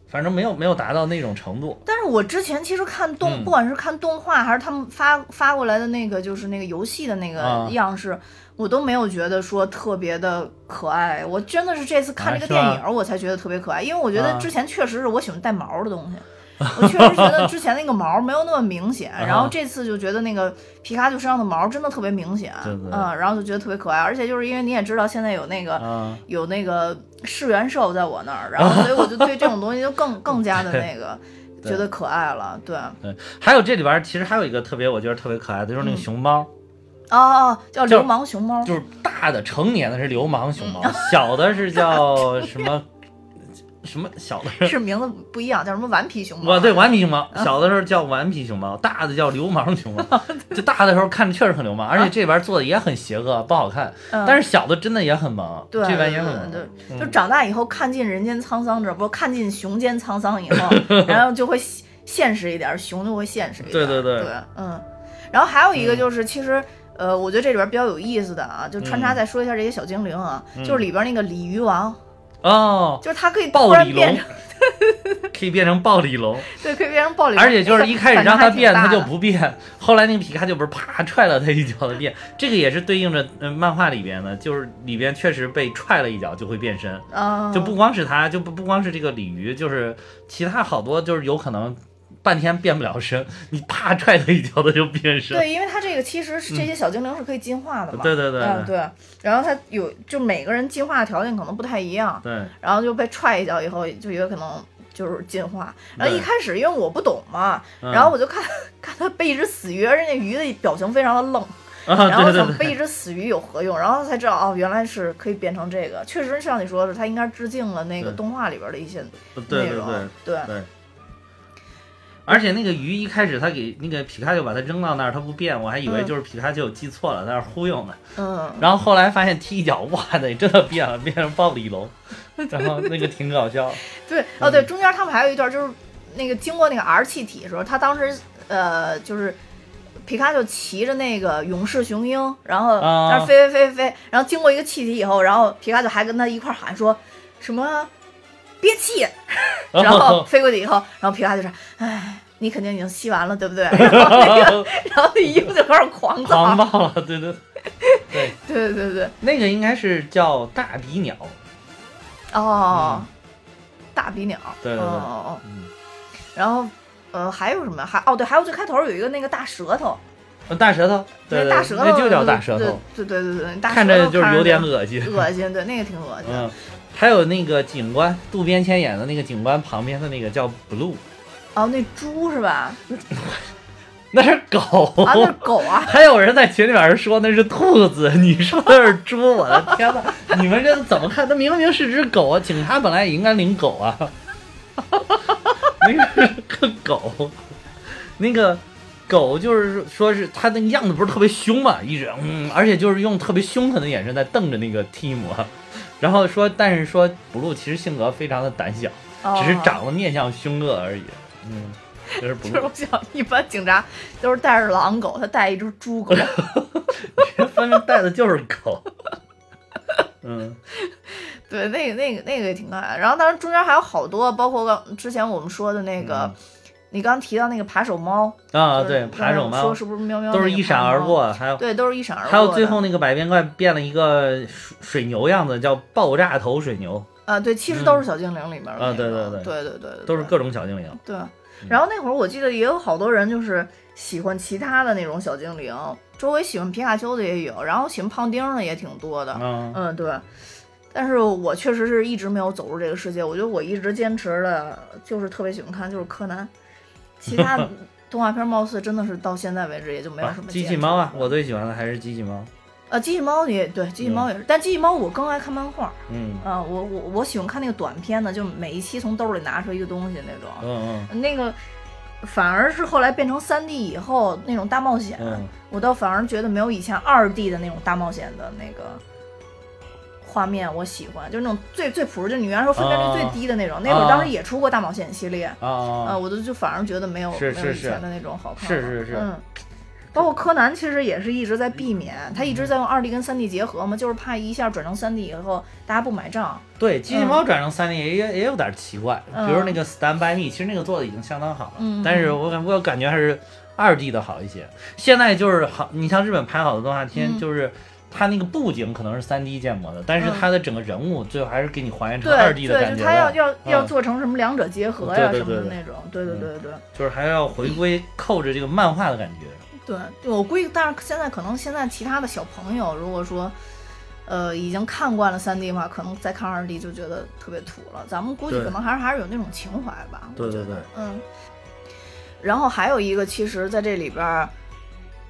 C: 反正没有没有达到那种程度。
B: 但是我之前其实看动，
C: 嗯
B: 不管是看动画还是他们发发过来的那个，就是那个游戏的那个
C: 啊
B: 样式，我都没有觉得说特别的可爱。我真的是这次看
C: 啊
B: 这个
C: 是
B: 电
C: 吧
B: 影儿，我才觉得特别可爱，因为我觉得
C: 啊
B: 之前确实是我喜欢带毛的东西。我确实觉得之前那个毛没有那么明显，
C: 啊
B: 然后这次就觉得那个皮卡丘身上的毛真的特别明显，
C: 对对
B: 嗯，然后就觉得特别可爱，而且就是因为你也知道现在有那个、
C: 啊、
B: 有那个世元兽在我那儿，然 后所以我就对这种东西就更更加的那个
C: 对
B: 觉得可爱了。对，哦
C: 对，还有这里边儿其实还有一个特别，我觉得特别可爱的，就是那
B: 嗯
C: 个熊猫，
B: 哦哦，叫流氓熊猫，
C: 就是大的成年的是流氓熊
B: 嗯
C: 猫，小的是叫 什么什么小的是。
B: 是名字不一样，叫什么顽皮熊猫？
C: 我对顽皮熊猫，小的时候叫顽皮熊猫，大的叫流氓熊猫。 就大的时候看着确实很流氓，而且这边做的也很邪恶，不好看。
B: 嗯
C: 但是小的真的也很萌，
B: 对，
C: 这边也很
B: 对
C: 萌。
B: 对，对就长大以后看尽人间沧桑者，不看尽熊间沧桑以 后，然后就会现现实一点，熊就会现实一点。
C: 对对
B: 对
C: 对嗯
B: 嗯。然后还有一个就是，其实呃，我觉得这里边比较有意思的啊，就穿
C: 嗯
B: 插再说一下这些小精灵啊，就是里边那个鲤鱼王，
C: 哦，
B: 就是他可以突
C: 暴
B: 然
C: 鲤
B: 变
C: 龙
B: 成，
C: 可以变成暴鲤龙。
B: 对，可以变成暴鲤龙，
C: 而且就是一开始
B: 反差
C: 让它
B: 挺
C: 变，
B: 大
C: 它就
B: 的
C: 不变。后来那个皮卡丘不是啪踹了它一脚的变，这个也是对应着呃漫画里边的，就是里边确实被踹了一脚就会变身，
B: 啊，
C: 就不光是它，就不不光是这个鲤鱼，就是其他好多就是有可能半天变不了身，你啪踹他一脚，他就变身。
B: 对，因为它这个其实是这些小精灵是可以进化的嘛。
C: 嗯对对对
B: 嗯对。然后它有，就每个人进化条件可能不太一样，
C: 对
B: 然后就被踹一脚以后，就有可能就是进化。然后一
C: 对
B: 开始因为我不懂嘛，
C: 嗯
B: 然后我就看 看它被一只死鱼，而且那鱼的表情非常的愣，
C: 啊，
B: 然后
C: 对
B: 想
C: 对对，
B: 被一只死鱼有何用？然后才知道哦，原来是可以变成这个。确实像你说的是，它应该致敬了那个
C: 对
B: 动画里边的一些
C: 对对
B: 内
C: 对
B: 容。
C: 对
B: 对
C: 对。而且那个鱼一开始他给那个皮卡丘把它扔到那儿，它不变，我还以为
B: 嗯
C: 就是皮卡丘记错了，在那儿忽悠呢。
B: 嗯，
C: 然后后来发现踢一脚，哇塞，真的变了，变成暴力龙，然后那个挺搞笑。
B: 对，哦
C: 嗯
B: 对，中间他们还有一段就是那个经过那个 R 气体的时候，他当时呃就是。皮卡丘骑着那个勇士雄鹰，然后在那
C: 啊
B: 儿飞飞飞飞，然后经过一个气体以后，然后皮卡丘还跟他一块儿喊说什么“憋气”，
C: 哦
B: 然后飞过去以后，然后皮卡丘说：“哎，你肯定已经吸完了，对不对？” 然后那个，然后那鹰就开始狂
C: 狂
B: 躁，
C: 暴了，对对对，
B: 对对对，
C: 那个应该是叫大鼻鸟，
B: 哦，大鼻鸟，
C: 嗯对对对
B: 哦哦哦，
C: 嗯，
B: 然后呃还有什么？还哦对，还有最开头有一个那个大舌头，
C: 呃大舌头，对
B: 那
C: 对，
B: 大舌头
C: 那就叫大舌头，，
B: 对对对对对，大舌头
C: 看着就是有点
B: 看
C: 恶心
B: 着，恶心，对，那个挺恶心的
C: 嗯。还有那个警官渡边谦演的那个警官旁边的那个叫 Blue，
B: 哦，那猪是吧？
C: 那是狗。
B: 啊，那是狗 啊，
C: 还有人在群里边说那是兔子，你说那是猪，我的天 呐，你们这怎么看？那明明是只狗啊，警察本来也应该领狗 啊，没事，个狗，那个狗就是说是它那个样子不是特别凶嘛，一直嗯，而且就是用特别凶狠的眼神在瞪着那个 team，啊然后说，但是说 blue 其实性格非常的胆小，
B: 哦
C: 只是。 长得面相凶恶而已，嗯，就是
B: 就是
C: blue
B: 我。想，一般警察都是带着狼狗，他带一只猪 狗。
C: 分明带的就是 狗。嗯，
B: 对，那个、那个、那个也挺可爱的。然后当然中间还有好多，包括刚之前我们说的那个，你刚提到那个扒手猫
C: 嗯啊，
B: 就是
C: 对，扒手
B: 说
C: 猫
B: 是不是喵喵？
C: 都是一闪而，过，还有
B: 对，都是一闪而过的。
C: 还有最后那个百变怪变了一个水水牛样子，叫爆炸头水牛，
B: 啊，对，其实都是小精灵里面的
C: 啊
B: 那
C: 对
B: 种
C: 对
B: 对
C: 对
B: 对对对，
C: 都是各种小精灵。
B: 对。
C: 嗯
B: 然后那会儿我记得也有好多人就是喜欢其他的那种小精灵，周围喜欢皮卡丘的也有，然后喜欢胖丁的也挺多的。
C: 嗯，
B: 嗯，对。但是我确实是一直没有走入这个世界，我觉得我一直坚持的就是特别喜欢看就是柯南，其 他动画片貌似真的是到现在为止也就没有
C: 啊
B: 什么、
C: 机器猫啊，，我最喜欢的还是机器猫。
B: 呃，机器猫也对，机器猫也是，但机器猫我更爱看漫画啊、
C: 嗯
B: 我我我喜欢看那个短片的，就每一期从兜里拿出一个东西那种，
C: 嗯
B: 那个反而是后来变成三 D 以后那种大冒险，
C: 嗯
B: 我倒反而觉得没有以前二 D 的那种大冒险的那个画面我喜欢，就是那种最最朴实，就是你原来说分辨率最低的那种。那会儿当时也出过大冒险系列，啊、
C: 嗯啊，
B: 我就就反而觉得没有
C: 是
B: 没有
C: 是
B: 以
C: 是
B: 前的那种好看了。
C: 是是是
B: 嗯。包括柯南其实也是一直在避免，他
C: 嗯
B: 一直在用二 D 跟三 D 结合嘛，就是怕一下转成三 D 以后大家不买账。
C: 对，机器猫转成三 D 也也也有点奇怪，
B: 嗯
C: 比如那个 Stand by Me，其实那个做的已经相当好了，
B: 嗯
C: 但是我感我感觉还是二 D 的好一些。现在就是好，你像日本拍好的动画片，
B: 嗯
C: 就是它那个布景可能是三 D 建模的，但是它的整个人物最后还是给你还原成二
B: 对
C: D
B: 对，
C: 的感
B: 就
C: 觉
B: 他要
C: 的，
B: 要、要
C: 嗯
B: 做成什么两者结合呀、
C: 对对
B: 什么的
C: 对对嗯
B: 那种。对对对对对。
C: 就是还要回归扣着这个漫画的感觉。
B: 对，我估计，但是现在可能现在其他的小朋友，如果说，呃，已经看惯了三 D 嘛，可能再看二 D 就觉得特别土了。咱们估计
C: 对
B: 可能还是还是有那种情怀吧。我
C: 对对
B: 觉得
C: 对，
B: 嗯。然后还有一个，其实在这里边儿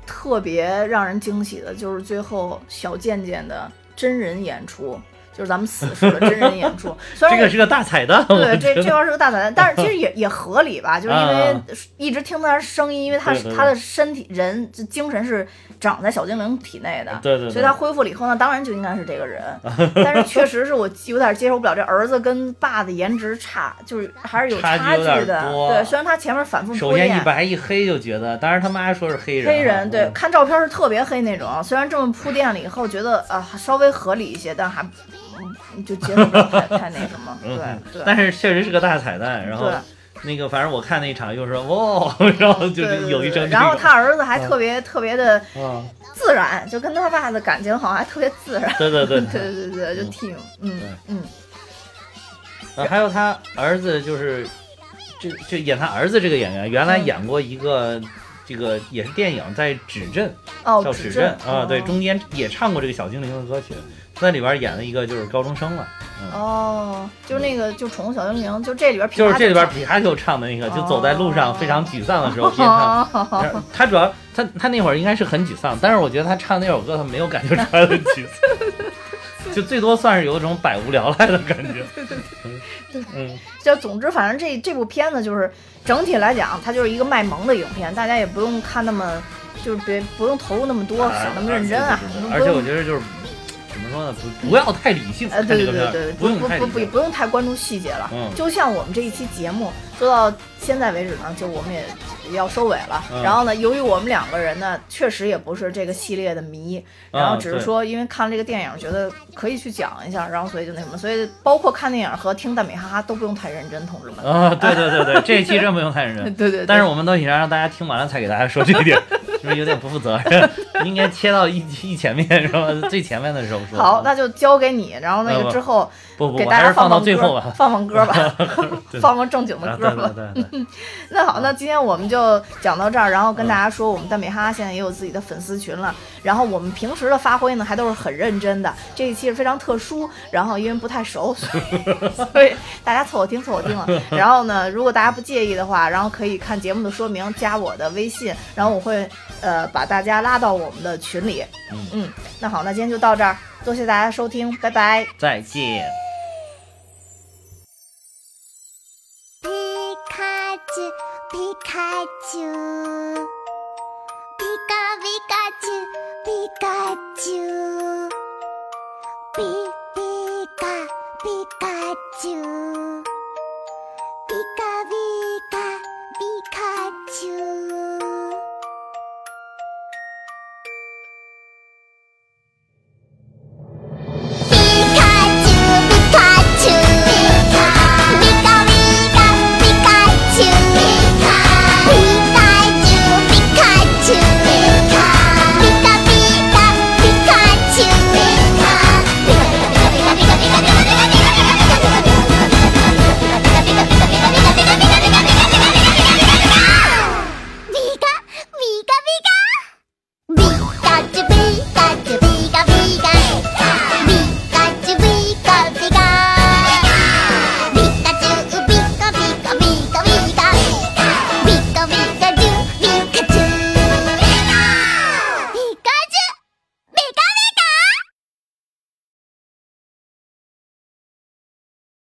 B: 特别让人惊喜的，就是最后小贱贱的真人演出，就是咱们死士的真人演 出。虽然
C: 这
B: 我
C: 个是个大彩蛋，我
B: 对，这
C: 觉
B: 这
C: 得。
B: 块是个大彩蛋，但是 其实也也合理吧，就是因为
C: 啊
B: 一直听他声音，因为他
C: 对对对
B: 他的身体人就精神是长在小精灵体内的，
C: 对对对
B: 所以他恢复了以后呢，当然就应该是这个人，但是确实是我有点接受不了，这儿子跟爸的颜值差，就是还是有
C: 差距
B: 距
C: 有
B: 的
C: 点，多
B: 对，虽然他前面反复
C: 首
B: 拖
C: 先一
B: 延。
C: 白一黑就觉得，当然他妈说是黑人啊，
B: 黑人对，
C: 嗯
B: 看照片是特别黑那种，虽然这么铺垫了以后，觉得啊、稍微合理一些，但还嗯就接受不了太太那什么，对
C: 嗯，
B: 对。
C: 但是确实是个大彩蛋，然后
B: 对
C: 那个反正我看那一场又说哦， 然后就
B: 对
C: 是
B: 对
C: 有一
B: 对
C: 声这种，
B: 然后他儿子还特别、特别的
C: 嗯，
B: 自然，就跟他爸的感情好像还特别自然。
C: 对对对，
B: 对对对，就挺嗯
C: 对
B: 嗯
C: 呃还有他儿子就是这这演他儿子这个演员，原来演过一个这个也是电影，在指镇
B: 哦，
C: 叫
B: 指
C: 指
B: 正
C: 镇啊，对，中间也唱过这个小精灵的歌曲，在里边演了一个就是高中生了，嗯，
B: 哦，就是那个就宠物小精灵，就这里边
C: 就是这里边
B: 皮
C: 皮卡丘唱的那个，就走在路上非常沮丧的时候
B: 卡
C: 边
B: 丘
C: 唱。
B: 哦好好 好
C: 他主要他他那会儿应该是很沮丧，但是我觉得他唱那首歌他没有感觉出来很沮丧，就最多算是有一种百无聊赖的感觉。嗯，
B: 就总之，反正这这部片子就是整体来讲，它就是一个卖萌的影片，大家也不用看那么，就是别不用投入那么多，想那么认真啊。
C: 而且我觉得就是怎么说呢，不不要太理性，
B: 呃，
C: 看
B: 对
C: 这
B: 对
C: 个
B: 对
C: 片
B: 对
C: 儿
B: 对，
C: 不
B: 不
C: 用
B: 不
C: 太
B: 不
C: 理
B: 不
C: 性。
B: 不用太关注细节了。
C: 嗯
B: 就像我们这一期节目做到现在为止呢，就我们也要收尾了。
C: 嗯
B: 然后呢，由于我们两个人呢，确实也不是这个系列的迷，然后
C: 啊
B: 只是
C: 对
B: 说因为看了这个电影，觉得可以去讲一下，然后所以就那什么，所以包括看电影和听大美哈哈都不用太认真，同志们。
C: 啊，对对对对，这一期真不用太认
B: 对
C: 真。
B: 对对，
C: 嗯但是我们都想让大家听完了才给大家说这一点， 是不是有点不负责任？ 应该切到一一前面，是吧？最前面的时候说。
B: 好，那就交给你，然后那
C: 嗯
B: 个之后
C: 不不，
B: 给
C: 我
B: 大
C: 还
B: 家
C: 是放到
B: 放
C: 最
B: 歌
C: 后吧。
B: 放放歌吧，
C: 对
B: 放放正经的
C: 啊，
B: 歌
C: 对
B: 吧
C: 对。对对。
B: 那好，那今天我们就讲到这儿，然后跟大家说，我们蛋美哈哈现在也有自己的粉丝群了。然后我们平时的发挥呢，还都是很认真的。这一期是非常特殊，然后因为不太熟， 所以所以大家凑合听凑合听了。然后呢，如果大家不介意的话，然后可以看节目的说明，加我的微信，然后我会呃把大家拉到我们的群里。
C: 嗯
B: 嗯，那好，那今天就到这儿，多谢大家收听，拜拜。
C: 再见。
A: ピカチュウピカチュウピカピカチュウピカチュウ